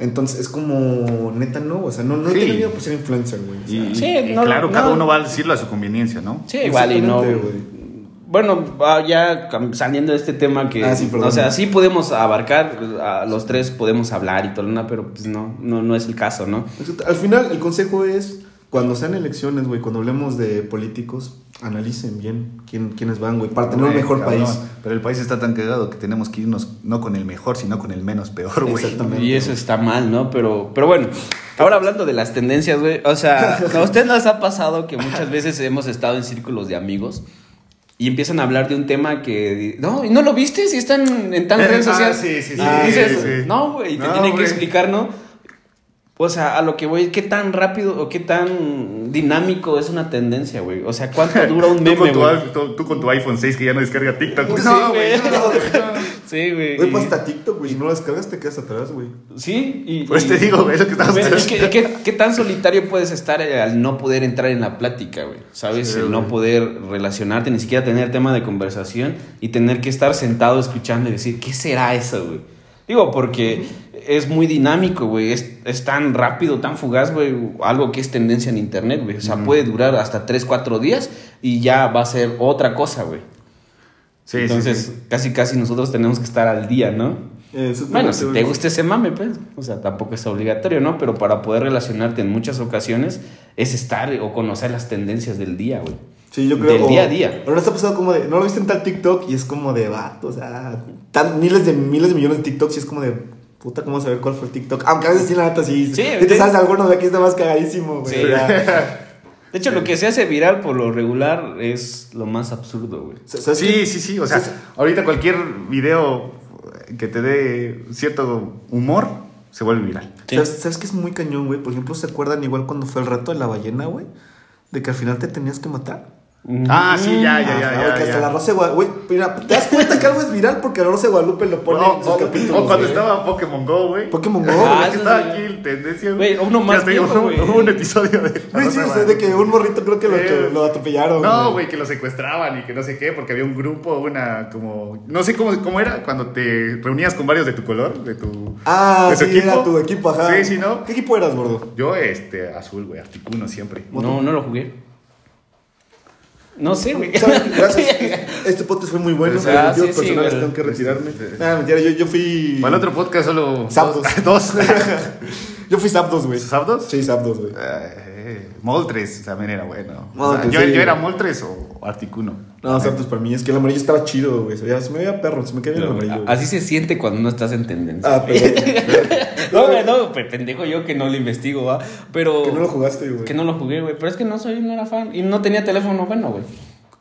Speaker 3: Entonces es como, neta, no, o sea, no, no
Speaker 1: Sí.
Speaker 3: tiene miedo por ser influencer, güey. o sea.
Speaker 1: Y,
Speaker 2: Sí,
Speaker 1: y
Speaker 2: no,
Speaker 1: claro,
Speaker 2: no.
Speaker 1: cada uno va a decirlo a su conveniencia, ¿no?
Speaker 2: Sí, igual y no.
Speaker 3: Exactamente, güey.
Speaker 2: Bueno, va ya cam- saliendo de este tema que,
Speaker 3: Ah, sí, perdón.
Speaker 2: o sea, sí podemos abarcar, pues, a los tres podemos hablar y todo, ¿no? pero pues no, no, no es el caso, ¿no?
Speaker 3: Exacto. Al final, el consejo es, cuando sean elecciones, güey, cuando hablemos de políticos, analicen bien quién, quiénes van, güey, para tener un
Speaker 1: Güey,
Speaker 3: mejor
Speaker 1: cabrón.
Speaker 3: país.
Speaker 1: Pero el país está tan cagado que tenemos que irnos no con el mejor, sino con el menos peor, güey.
Speaker 3: Exactamente.
Speaker 2: Y eso está mal, ¿no? Pero, pero bueno, ahora hablando de las tendencias, güey, o sea, a ustedes les ha pasado que muchas veces hemos estado en círculos de amigos y empiezan a hablar de un tema que, di- no, ¿y no lo viste? Si están en tal
Speaker 1: Eh,
Speaker 2: red
Speaker 1: ah,
Speaker 2: social.
Speaker 1: sí, sí,
Speaker 2: Y
Speaker 1: sí,
Speaker 2: dices,
Speaker 1: sí.
Speaker 2: no, güey, te
Speaker 1: No,
Speaker 2: tienen que
Speaker 1: güey.
Speaker 2: explicar, ¿no? O sea, a lo que voy, ¿qué tan rápido o qué tan dinámico es una tendencia, güey? O sea, ¿cuánto dura un
Speaker 1: Tú
Speaker 2: meme,
Speaker 1: con, tu,
Speaker 2: güey?
Speaker 1: iPhone- tú- tú con tu iPhone 6 que ya no descarga TikTok.
Speaker 3: Pues
Speaker 2: Sí, güey. Sí, güey.
Speaker 3: Güey,
Speaker 2: y-
Speaker 3: pues hasta TikTok, güey, si no lo descargas te quedas atrás, güey.
Speaker 2: Sí, y...
Speaker 1: Pues
Speaker 2: y-
Speaker 1: te digo, güey, eso que estamos
Speaker 2: Güey, es que- es que- ¿Qué tan solitario puedes estar eh, al no poder entrar en la plática, güey? ¿Sabes?
Speaker 1: Sí,
Speaker 2: el no
Speaker 1: güey.
Speaker 2: poder relacionarte, ni siquiera tener tema de conversación y tener que estar sentado escuchando y decir, ¿qué será eso, güey? Digo, porque es muy dinámico, güey. Es, es tan rápido, tan fugaz, güey. Algo que es tendencia en internet, güey. O sea, puede durar hasta 3, 4 días y ya va a ser otra cosa, güey.
Speaker 1: Sí,
Speaker 2: Entonces,
Speaker 1: sí, sí.
Speaker 2: casi, casi nosotros tenemos que estar al día, ¿no?
Speaker 3: Eh,
Speaker 2: Bueno, si te gusta ese mame, pues, o sea, tampoco es obligatorio, ¿no? Pero para poder relacionarte en muchas ocasiones es estar o conocer las tendencias del día, güey.
Speaker 3: Sí, yo creo.
Speaker 2: del
Speaker 3: o-
Speaker 2: día a día.
Speaker 3: Pero no está pasado como de, no lo viste en tal TikTok y es como de, vato, o sea, tan, miles de miles de millones de TikToks y es como de, puta, ¿cómo saber cuál fue el TikTok? Aunque a veces sí, la neta, sí.
Speaker 2: Sí,
Speaker 3: si te
Speaker 2: sí.
Speaker 3: sabes algunos de aquí está más cagadísimo, güey.
Speaker 2: Sí.
Speaker 3: ya.
Speaker 2: De hecho, lo que se hace viral por lo regular es lo más absurdo, güey.
Speaker 3: ¿Sabes
Speaker 1: Sí,
Speaker 3: qué?
Speaker 1: sí, sí. O sea,
Speaker 3: ¿Sabes?
Speaker 1: ahorita cualquier video que te dé cierto humor se vuelve viral.
Speaker 2: Sí.
Speaker 3: ¿Sabes, sabes qué es muy cañón, güey? Por ejemplo, ¿se acuerdan igual cuando fue el rato de la ballena, güey? De que al final te tenías que matar.
Speaker 1: Ah, sí, ya, ya, ya.
Speaker 3: Ajá,
Speaker 1: ya,
Speaker 3: güey, que hasta
Speaker 1: ya.
Speaker 3: la Rosa de Guadalupe. Güey, mira, te das cuenta que algo es viral porque la Rosa de Guadalupe lo pone
Speaker 1: O-
Speaker 3: en sus
Speaker 1: o-
Speaker 3: capítulos.
Speaker 1: o Oh, cuando
Speaker 3: güey.
Speaker 1: estaba Pokémon Go, güey.
Speaker 3: Pokémon Go,
Speaker 2: Ah,
Speaker 1: Ah,
Speaker 3: güey.
Speaker 1: que
Speaker 2: eso
Speaker 1: estaba
Speaker 2: sí.
Speaker 1: aquí el tendencia.
Speaker 2: Güey, uno
Speaker 1: Que
Speaker 2: más
Speaker 1: hasta
Speaker 2: viejo,
Speaker 1: hubo-
Speaker 2: güey.
Speaker 1: Hubo un episodio de. la
Speaker 3: Güey, sí,
Speaker 1: Rosa
Speaker 3: o sea, de que un morrito creo que lo,
Speaker 1: Eh,
Speaker 3: lo atropellaron.
Speaker 1: No,
Speaker 3: güey.
Speaker 1: güey, que lo secuestraban y que no sé qué, porque había un grupo, una como. No sé cómo, cómo era cuando te reunías con varios de tu color, de tu.
Speaker 3: Ah,
Speaker 1: de tu
Speaker 3: sí, era tu equipo, ajá.
Speaker 1: Sí, sí, ¿no?
Speaker 3: ¿Qué equipo eras, gordo?
Speaker 1: Yo, este, azul, güey, articuno siempre.
Speaker 2: No, no lo jugué. No sé, güey.
Speaker 3: ¿Sabes qué? Gracias. Este podcast fue muy bueno.
Speaker 1: O
Speaker 2: sea,
Speaker 3: pero
Speaker 2: sí,
Speaker 3: yo
Speaker 2: sí,
Speaker 3: personales
Speaker 2: güey.
Speaker 3: tengo que retirarme.
Speaker 1: Sí, sí, sí.
Speaker 3: Nada, mentira, yo, yo fui.
Speaker 1: Para el otro podcast solo.
Speaker 3: Zapdos.
Speaker 1: Dos.
Speaker 3: Yo fui Zapdos, güey.
Speaker 1: ¿Zapdos?
Speaker 3: Sí, Zapdos, güey.
Speaker 1: Eh, Moltres también era bueno. O sea,
Speaker 3: Moltres,
Speaker 1: yo,
Speaker 3: sí.
Speaker 1: yo era Moltres o Articuno.
Speaker 3: No, Zapdos para mí es que el amarillo estaba chido, güey. Se veía- se me veía perro, se me quedaba el
Speaker 1: ah,
Speaker 3: amarillo. güey.
Speaker 2: Así se siente cuando no estás en tendencia.
Speaker 3: Ah, pero.
Speaker 2: no, güey, no, pues, pendejo yo que no lo investigo, ¿va? Pero.
Speaker 3: Que no lo jugaste, güey.
Speaker 2: Que no lo jugué, güey. Pero es que no soy, no era fan. Y no tenía teléfono bueno, güey.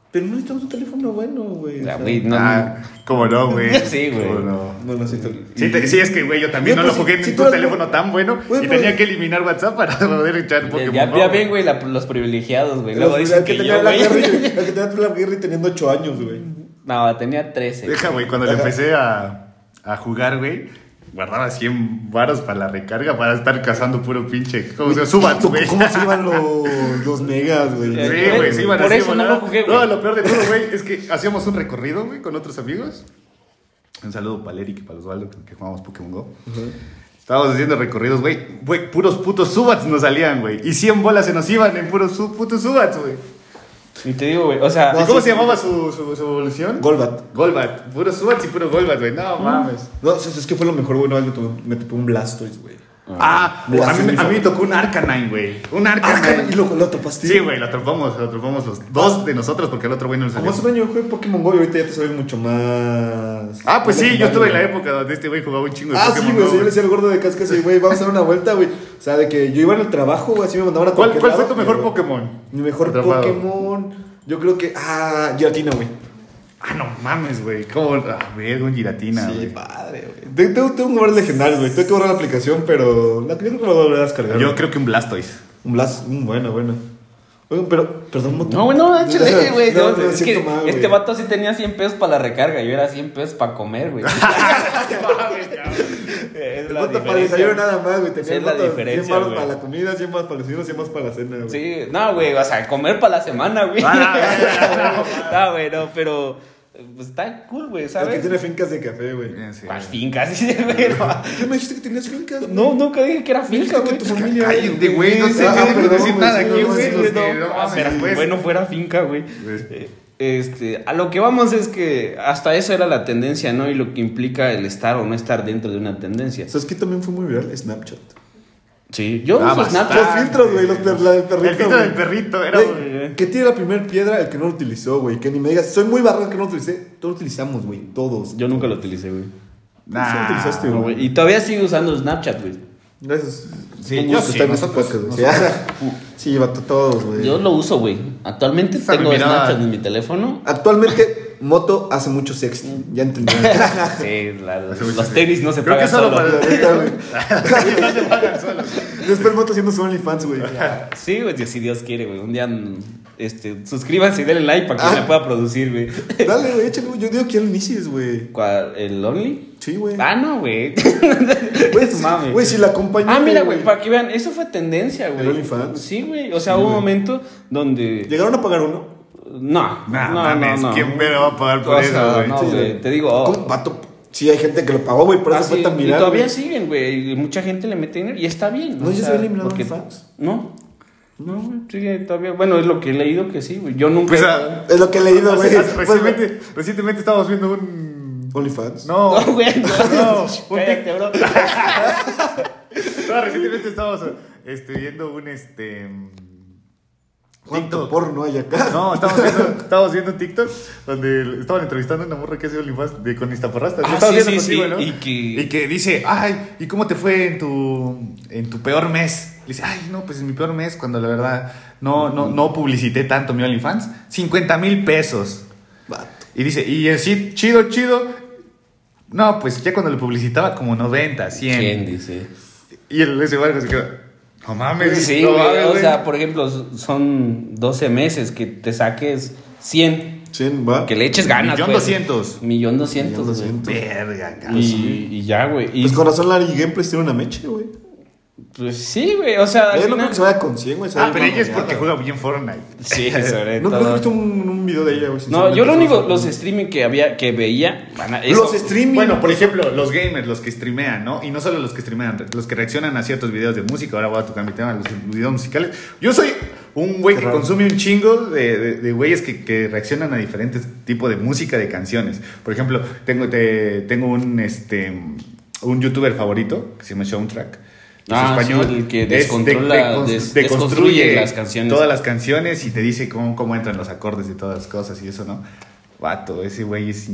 Speaker 3: Pero no necesitamos un teléfono bueno, güey.
Speaker 2: O
Speaker 3: o
Speaker 2: sea,
Speaker 3: sea,
Speaker 2: güey, no.
Speaker 1: Ah, cómo no, güey.
Speaker 2: Sí, güey.
Speaker 1: Cómo no.
Speaker 3: No necesito.
Speaker 1: Sí, te- sí, es que, güey, yo también
Speaker 3: Güey,
Speaker 1: no lo
Speaker 3: pues,
Speaker 1: jugué en
Speaker 3: si- si tú
Speaker 1: ningún
Speaker 3: eres-
Speaker 1: teléfono tan bueno
Speaker 3: Güey,
Speaker 1: y
Speaker 3: pues-
Speaker 1: tenía que eliminar WhatsApp para poder echar
Speaker 2: Ya-
Speaker 1: Pokémon.
Speaker 2: ya,
Speaker 1: Go,
Speaker 2: ya
Speaker 1: güey.
Speaker 2: ven, güey, la- los privilegiados, güey. Luego
Speaker 3: Los-
Speaker 2: dicen
Speaker 3: el
Speaker 2: que,
Speaker 3: que
Speaker 2: yo,
Speaker 3: tenía la
Speaker 2: güey.
Speaker 3: Gary, el que tenía la Gary teniendo 8 años, güey.
Speaker 2: No, tenía 13.
Speaker 1: Deja, güey, cuando le
Speaker 3: Ajá.
Speaker 1: empecé a, a jugar, güey, guardaba 100 varos para la recarga para estar cazando puro pinche. O sea, suban,
Speaker 3: ¿Tú-
Speaker 1: güey.
Speaker 3: ¿Cómo se iban los, los megas, güey?
Speaker 2: Sí,
Speaker 1: Sí, güey, sí, iban
Speaker 2: Por
Speaker 1: así,
Speaker 2: eso no
Speaker 1: volando.
Speaker 2: lo jugué, güey.
Speaker 1: No, lo peor de todo, güey, es que hacíamos un recorrido, güey, con otros amigos. Un saludo para Eric y para Osvaldo, con que jugamos Pokémon Go. Estábamos haciendo recorridos, güey. Güey, puros putos subats nos salían, güey. Y 100 bolas se nos iban en puros su- putos subats, güey.
Speaker 2: Y te digo, güey, o sea.
Speaker 1: ¿Y
Speaker 3: No,
Speaker 1: cómo
Speaker 3: Ah, sí,
Speaker 1: se
Speaker 3: sí.
Speaker 1: llamaba su, su, su evolución?
Speaker 3: Golbat.
Speaker 1: Golbat. Puros subats y puros Golbat, güey. No mames.
Speaker 3: No, es, es que fue lo mejor, güey. Una vez me topé- me topé un Blastoise, güey.
Speaker 1: Ah,
Speaker 3: Blast
Speaker 1: a
Speaker 3: es
Speaker 1: mí, me-
Speaker 3: mi
Speaker 1: a mí me
Speaker 3: favorito.
Speaker 1: tocó un Arcanine, güey. Un
Speaker 3: Ah,
Speaker 1: Arcanine.
Speaker 3: caray, y lo, lo topaste.
Speaker 1: Sí, güey, lo atrapamos, lo atrapamos los dos de nosotros porque el otro güey no le
Speaker 3: Como
Speaker 1: salió.
Speaker 3: hace un año jugué Pokémon Go y ahorita ya te sale mucho más.
Speaker 1: Ah, pues sí, yo
Speaker 3: legendario,
Speaker 1: estuve en la
Speaker 3: güey.
Speaker 1: época donde este güey jugaba un chingo de
Speaker 3: Ah, sí,
Speaker 1: Pokémon Go,
Speaker 3: güey. sí, Yo le
Speaker 1: güey.
Speaker 3: decía al gordo de casca, sí, güey, vamos a dar una vuelta, güey. O sea, de que yo iba en el trabajo, güey, así me mandaban a
Speaker 1: ¿Cuál,
Speaker 3: cualquier
Speaker 1: cuál fue
Speaker 3: lado,
Speaker 1: tu mejor
Speaker 3: pero-
Speaker 1: Pokémon?
Speaker 3: Mi mejor
Speaker 1: Atrapado.
Speaker 3: Pokémon. Yo creo que. Ah, Giratina, güey.
Speaker 1: Ah, no mames, güey. ¿Cómo? A ver, un Giratina,
Speaker 3: Sí,
Speaker 1: güey.
Speaker 3: padre, güey. Te- Tengo, tengo que borrar legendarios, güey. Tengo que borrar la aplicación, pero. La, yo creo que la voy a volver a descargar.
Speaker 1: Yo
Speaker 3: güey.
Speaker 1: creo que un Blastoise.
Speaker 3: Un Blast. mm, bueno, bueno. Oigan, pero. Perdón,
Speaker 2: No, güey, no, échale, güey.
Speaker 3: No,
Speaker 2: no,
Speaker 3: me
Speaker 2: es que
Speaker 3: siento mal,
Speaker 2: este
Speaker 3: güey.
Speaker 2: vato sí tenía 100 pesos para la recarga. Yo era 100 pesos para comer, güey. es
Speaker 3: El
Speaker 2: la
Speaker 3: vato para el desayuno
Speaker 2: diferencia.
Speaker 3: nada más, güey.
Speaker 2: Sí,
Speaker 3: Tenía
Speaker 2: es
Speaker 3: el
Speaker 2: la
Speaker 3: vato 100
Speaker 2: diferencia,
Speaker 3: baros
Speaker 2: güey.
Speaker 3: para la comida, 100 más para el desayuno, 100 más para la cena, güey.
Speaker 2: Sí, no, güey, o sea, comer para la semana, güey.
Speaker 1: Ah, no,
Speaker 2: No, güey, no, pero eh, pues, está cool, güey,
Speaker 3: El que
Speaker 2: ¿sabes?
Speaker 3: tiene fincas de café, güey.
Speaker 2: Al fin, casi, güey.
Speaker 3: ¿Tú me dijiste que tenías fincas? güey?
Speaker 2: No, nunca dije que era finca,
Speaker 3: que
Speaker 2: güey.
Speaker 3: tu familia.
Speaker 1: Cállate, güey. No sé,
Speaker 3: Ah,
Speaker 1: yo no quiero
Speaker 3: perdón,
Speaker 1: decir
Speaker 3: güey,
Speaker 1: nada
Speaker 3: sí,
Speaker 1: aquí,
Speaker 3: no,
Speaker 1: güey.
Speaker 3: sí,
Speaker 1: porque
Speaker 2: no,
Speaker 1: No
Speaker 2: ah, pero
Speaker 1: mames, pues.
Speaker 2: bueno fuera finca, güey.
Speaker 1: Pues.
Speaker 2: Eh, Este, a lo que vamos es que hasta eso era la tendencia, ¿no? Y lo que implica el estar o no estar dentro de una tendencia.
Speaker 3: ¿Sabes qué también fue muy viral? Snapchat.
Speaker 2: Sí, yo
Speaker 1: Ah,
Speaker 2: uso
Speaker 1: bastante.
Speaker 2: Snapchat.
Speaker 3: los filtros, güey, los per- la del perrito.
Speaker 1: El filtro
Speaker 3: güey.
Speaker 1: del perrito era,
Speaker 3: Güey,
Speaker 1: güey. eh.
Speaker 3: Que tiene la primera piedra el que no lo utilizó, güey. Que ni me digas, soy muy barrón que no lo utilicé. Todos lo utilizamos, güey. Todos.
Speaker 2: Yo nunca lo utilicé, güey.
Speaker 1: Nah.
Speaker 3: Sí, lo utilizaste,
Speaker 2: No, güey. Y todavía sigo usando Snapchat, güey.
Speaker 3: Gracias.
Speaker 1: Sí,
Speaker 3: Un
Speaker 1: yo
Speaker 3: gusto
Speaker 1: sí,
Speaker 3: estar en
Speaker 1: nosotros-
Speaker 3: este podcast, güey. Sí, lleva todos, güey.
Speaker 2: Yo lo uso, güey. Actualmente
Speaker 1: Esa
Speaker 2: tengo
Speaker 1: mirada.
Speaker 2: Snapchat en mi teléfono.
Speaker 3: Actualmente, Moto hace mucho sexting. Ya entendí.
Speaker 2: Sí, la- los,
Speaker 1: Hace mucho tiempo.
Speaker 2: tenis no se
Speaker 1: Creo que
Speaker 2: pagan
Speaker 1: solo
Speaker 2: solo.
Speaker 1: para
Speaker 3: Ahorita, güey.
Speaker 1: No se pagan solos.
Speaker 3: Después Moto haciendo su OnlyFans, güey.
Speaker 2: Sí, güey, si Dios quiere, güey. Un día mm, este, suscríbanse y denle like para que
Speaker 1: Ah.
Speaker 2: se pueda producir, güey.
Speaker 3: Dale, güey, échale. güey. Yo digo que ya lo inicies, güey.
Speaker 2: ¿Cuál? ¿El Only?
Speaker 3: Sí, güey.
Speaker 2: Ah, no, güey.
Speaker 3: Güey,
Speaker 2: no
Speaker 3: si-
Speaker 2: mames.
Speaker 3: Güey, si la compañía.
Speaker 2: Ah, mira, güey, para que vean, eso fue tendencia, güey.
Speaker 3: ¿El OnlyFans?
Speaker 2: Sí, güey. O sea, hubo un momento donde.
Speaker 3: ¿Llegaron a pagar uno?
Speaker 2: No,
Speaker 1: Nah,
Speaker 2: no,
Speaker 1: mames,
Speaker 2: no, no.
Speaker 1: ¿quién verga va a pagar por
Speaker 2: O
Speaker 1: eso,
Speaker 2: sea,
Speaker 1: güey?
Speaker 2: No,
Speaker 1: Sí,
Speaker 2: güey, te digo. oh,
Speaker 3: ¿Cómo? Vato, sí, hay gente que lo pagó, güey, por eso
Speaker 2: así-
Speaker 3: fue tan
Speaker 2: Ah, y
Speaker 3: viral.
Speaker 2: todavía
Speaker 3: güey.
Speaker 2: siguen, güey. y Mucha gente le mete dinero y está bien.
Speaker 3: ¿No
Speaker 2: o
Speaker 3: ya se
Speaker 2: sea,
Speaker 3: había eliminado
Speaker 2: porque-
Speaker 3: OnlyFans?
Speaker 2: No, no, güey, sigue todavía. Bueno, es lo que he leído que sí, güey. Yo nunca.
Speaker 1: Pues, ah,
Speaker 3: Es lo que he leído, güey.
Speaker 1: Recientemente, recientemente estábamos viendo un.
Speaker 3: OnlyFans.
Speaker 1: No,
Speaker 2: No, güey, no.
Speaker 1: No, un
Speaker 2: Cállate, bro.
Speaker 1: No, recientemente estábamos este, viendo un este. mm,
Speaker 3: ¿Cuánto
Speaker 1: TikTok.
Speaker 3: porno hay acá?
Speaker 1: No, estábamos viendo, estábamos viendo un TikTok donde estaban entrevistando a una morra que hace OnlyFans de con Iztaparrasta. Lo
Speaker 2: Ah,
Speaker 1: estabas
Speaker 2: sí,
Speaker 1: viendo
Speaker 2: sí,
Speaker 1: contigo,
Speaker 2: sí,
Speaker 1: ¿no?
Speaker 2: y que-
Speaker 1: dice, ay, ¿y cómo te fue en tu, en tu peor mes? Le dice, ay, no, pues en mi peor mes, cuando la verdad no, no, no publicité tanto mi OnlyFans, 50 mil pesos. Y dice, y así, chido, chido. No, pues ya cuando lo publicitaba, como 90, 100.
Speaker 2: ¿Quién dice?
Speaker 1: Y el ese barco se quedó, no mames,
Speaker 2: Sí,
Speaker 1: no
Speaker 2: güey,
Speaker 1: mames,
Speaker 2: o
Speaker 1: güey".
Speaker 2: sea, por ejemplo, son 12 meses que te saques 100,
Speaker 3: Chin, va.
Speaker 2: que le eches ganas,
Speaker 1: Millón
Speaker 2: pues.
Speaker 1: doscientos.
Speaker 2: Millón doscientos,
Speaker 3: Millón
Speaker 2: güey.
Speaker 3: doscientos.
Speaker 1: Verga, cabrón.
Speaker 2: Y, y ya, güey. Y-
Speaker 3: Pues con razón Larry Gameplays tiene una mecha, güey.
Speaker 2: pues sí, güey, o sea, al
Speaker 3: Ella Eh, no creo
Speaker 2: final-
Speaker 3: que se vaya con 100, güey. se
Speaker 1: Ah,
Speaker 3: vaya
Speaker 1: pero
Speaker 3: con
Speaker 1: ella es porque
Speaker 3: nada.
Speaker 1: juega bien Fortnite.
Speaker 2: Sí, sobre
Speaker 3: No creo que he
Speaker 2: todo.
Speaker 3: visto un, un video de ella, güey.
Speaker 2: No, yo lo
Speaker 3: sinceramente.
Speaker 2: único, los streaming que había, que veía, van a- eso-
Speaker 3: Los streaming.
Speaker 1: Bueno, por ejemplo, los gamers, los que streamean, ¿no? Y no solo los que streamean, los que reaccionan a ciertos videos de música. Ahora voy a tocar mi tema, los videos musicales. Yo soy un güey
Speaker 3: Qué
Speaker 1: que
Speaker 3: raro.
Speaker 1: consume un chingo de, de- de güeyes que, que reaccionan a diferentes tipos de música, de canciones. Por ejemplo, tengo, te- tengo un, este, un youtuber favorito que se llama Soundtrack. Es
Speaker 2: Ah,
Speaker 1: español.
Speaker 2: sí, el que
Speaker 1: Es de-
Speaker 2: descontrola,
Speaker 1: de- cons-
Speaker 2: des-
Speaker 1: de
Speaker 2: desconstruye
Speaker 1: construye
Speaker 2: las canciones.
Speaker 1: Todas las canciones y te dice cómo, cómo entran los acordes y todas las cosas y eso, ¿no? Vato, ese güey es,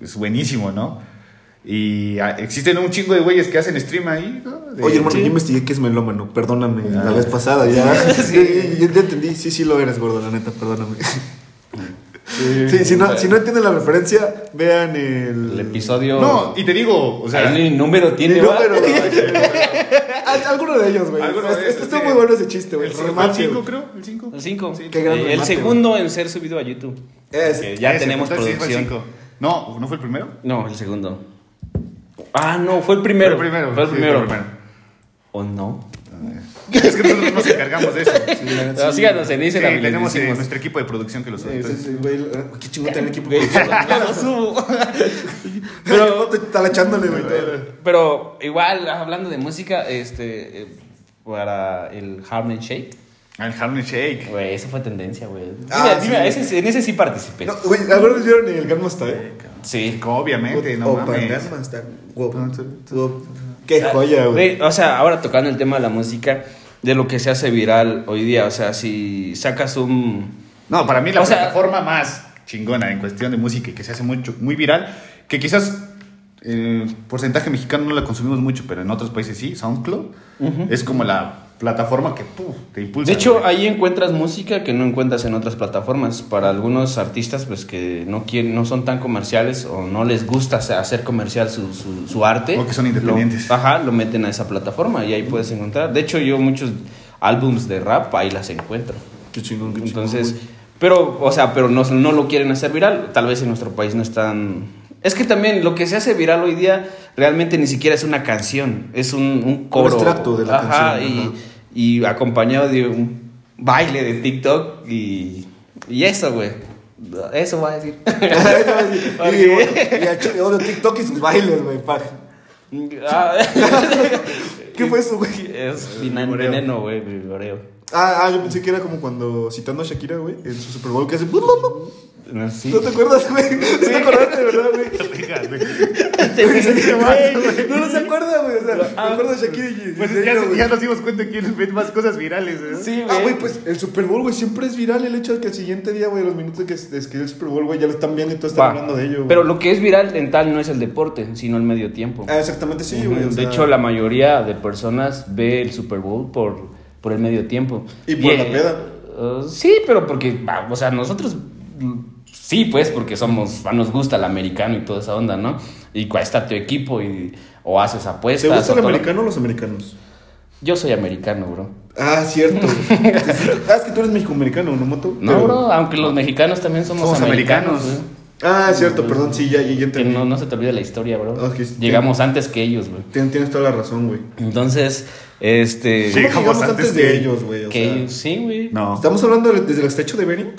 Speaker 1: es buenísimo, ¿no? Y ah, existen un chingo de güeyes que hacen stream ahí, ¿no? De-
Speaker 3: Oye, hermano,
Speaker 1: Sí.
Speaker 3: yo investigué que es melómano, perdóname,
Speaker 1: Ah.
Speaker 3: la vez pasada ya.
Speaker 2: Sí.
Speaker 3: Yo, yo te entendí, sí, sí lo eres, gordo, la neta, perdóname. Sí, si, no, si no entienden la referencia, vean el...
Speaker 2: el episodio.
Speaker 1: No, y te digo, o sea,
Speaker 2: Ahí ni número tiene,
Speaker 3: el
Speaker 2: ¿va?
Speaker 3: número. Al- Alguno de ellos, güey.
Speaker 1: Alguno de
Speaker 3: Este-
Speaker 1: ellos,
Speaker 3: este Está
Speaker 1: sí.
Speaker 3: muy bueno ese chiste, güey.
Speaker 1: el
Speaker 3: Se mate,
Speaker 1: 5,
Speaker 3: güey.
Speaker 1: creo, el 5.
Speaker 2: El 5.
Speaker 1: Sí.
Speaker 3: Qué gran
Speaker 2: el
Speaker 3: remate,
Speaker 2: segundo en ser subido a YouTube.
Speaker 3: Es-
Speaker 2: Que ya
Speaker 1: Ese,
Speaker 2: tenemos
Speaker 1: entonces sí fue el cinco.
Speaker 2: producción.
Speaker 1: No, ¿no fue el primero?
Speaker 2: No, el segundo. Ah, no, fue el
Speaker 1: Fue el
Speaker 2: primero.
Speaker 1: primero.
Speaker 2: Fue el
Speaker 1: sí,
Speaker 2: primero.
Speaker 1: fue el primero.
Speaker 2: ¿O no?
Speaker 1: Es que nosotros nos encargamos de eso. Sí,
Speaker 2: Ah, No, síganos en Instagram. les
Speaker 1: tenemos eh,
Speaker 2: decimos.
Speaker 1: nuestro equipo de producción que lo sabe.
Speaker 3: Sí, sí,
Speaker 1: entonces-
Speaker 3: sí, güey, la- Qué chingón tener equipo.
Speaker 2: Güey, ya lo subo.
Speaker 3: Pero talachándole, güey. todo.
Speaker 2: Pero igual, hablando de música, este. eh, Para el Harlem Shake.
Speaker 1: Al Harlem Shake.
Speaker 2: Güey, eso fue tendencia, güey. Dime,
Speaker 3: Ah,
Speaker 2: dime,
Speaker 3: sí.
Speaker 2: ese- en ese sí participé.
Speaker 3: No, güey, ¿alguna vez vieron el Oh, Gangnam Style?
Speaker 2: Sí.
Speaker 1: Obviamente, no
Speaker 3: Opa,
Speaker 1: mames.
Speaker 3: Gangnam Style. Wow. Qué joya, güey.
Speaker 2: Ah, Güey, O sea, ahora tocando el tema de la música, de lo que se hace viral hoy día, o sea, si sacas un...
Speaker 1: No, para mí la
Speaker 2: O sea-
Speaker 1: plataforma más chingona en cuestión de música y que se hace mucho, muy viral, que quizás el porcentaje mexicano no la consumimos mucho, pero en otros países sí, SoundCloud, es como la plataforma que puf, te impulsa.
Speaker 2: De hecho,
Speaker 1: güey.
Speaker 2: ahí encuentras música que no encuentras en otras plataformas. Para algunos artistas, pues que no quieren, no son tan comerciales o no les gusta hacer- hacer comercial su, su, su arte.
Speaker 1: O que son independientes.
Speaker 2: Lo, ajá, lo meten a esa plataforma y ahí puedes encontrar. De hecho, yo muchos álbums de rap ahí las encuentro.
Speaker 3: Qué chingón, qué chingón.
Speaker 2: Entonces, pero, o sea, pero no, no lo quieren hacer viral. Tal vez en nuestro país no están. Es que también lo que se hace viral hoy día realmente ni siquiera es una canción, es un, un coro.
Speaker 3: extracto de la canción,
Speaker 2: y-
Speaker 3: ajá.
Speaker 2: Y, acompañado de un baile de TikTok y, y eso, güey. Eso va a decir.
Speaker 3: y, y, y a Chile odio TikTok y sus bailes, güey. pa.
Speaker 2: Ah,
Speaker 3: ¿Qué fue eso, güey?
Speaker 2: es finan-
Speaker 1: Oreo.
Speaker 2: veneno, güey, vigoreo.
Speaker 3: Ah, ah, yo pensé que era como cuando citando a Shakira, güey, en su Super Bowl que hace.
Speaker 2: No, sí.
Speaker 3: ¿No te acuerdas, güey? ¿No te acordaste, verdad, güey?
Speaker 2: Pues
Speaker 3: Güey, No, no se acuerda, güey. O sea, me acuerdo de Shakira y.
Speaker 1: Pues
Speaker 3: y-
Speaker 1: ya,
Speaker 3: y- güey.
Speaker 1: ya nos dimos cuenta que ven más cosas virales. ¿eh?
Speaker 2: Sí,
Speaker 3: Ah, güey, pues el Super Bowl, güey, siempre es viral el hecho de que el siguiente día, güey, los minutos que es, es que el Super Bowl, güey, ya lo están viendo y todos están
Speaker 2: Va.
Speaker 3: hablando de ello. güey.
Speaker 2: Pero lo que es viral en tal no es el deporte, sino el medio tiempo.
Speaker 3: Ah, exactamente sí, güey. o
Speaker 2: de
Speaker 3: sea,
Speaker 2: hecho, la mayoría de personas ve el Super Bowl por, por el medio tiempo.
Speaker 3: Y por la
Speaker 2: eh,
Speaker 3: peda.
Speaker 2: eh, sí, pero porque, va, o sea, nosotros mm, sí, pues, porque somos, nos gusta el americano y toda esa onda, ¿no? Y cuál está tu equipo y, o haces apuestas.
Speaker 3: ¿Te gusta
Speaker 2: o
Speaker 3: el
Speaker 2: todo.
Speaker 3: americano o los americanos?
Speaker 2: Yo soy americano, bro.
Speaker 3: Ah, cierto. ah, es que tú eres mexicoamericano, ¿no, Moto?
Speaker 2: No,
Speaker 3: Pero-
Speaker 2: bro, aunque los mexicanos también somos,
Speaker 1: Somos
Speaker 2: americanos.
Speaker 1: americanos.
Speaker 2: güey.
Speaker 3: Ah, cierto, perdón, sí, ya, ya, ya
Speaker 2: Que
Speaker 3: entendí.
Speaker 2: no, no se te olvide la historia, bro.
Speaker 3: Ok, sí.
Speaker 2: Llegamos antes que ellos, güey.
Speaker 3: Tien- Tienes toda la razón, güey.
Speaker 2: Entonces, este...
Speaker 1: Sí,
Speaker 3: ¿Cómo que
Speaker 1: Llegamos
Speaker 3: llegamos antes
Speaker 1: antes
Speaker 3: de
Speaker 1: que-
Speaker 3: ellos, güey. O
Speaker 2: que
Speaker 3: sea,
Speaker 2: ellos- sí, güey.
Speaker 1: No.
Speaker 3: ¿Estamos hablando de- desde el estrecho de Bering?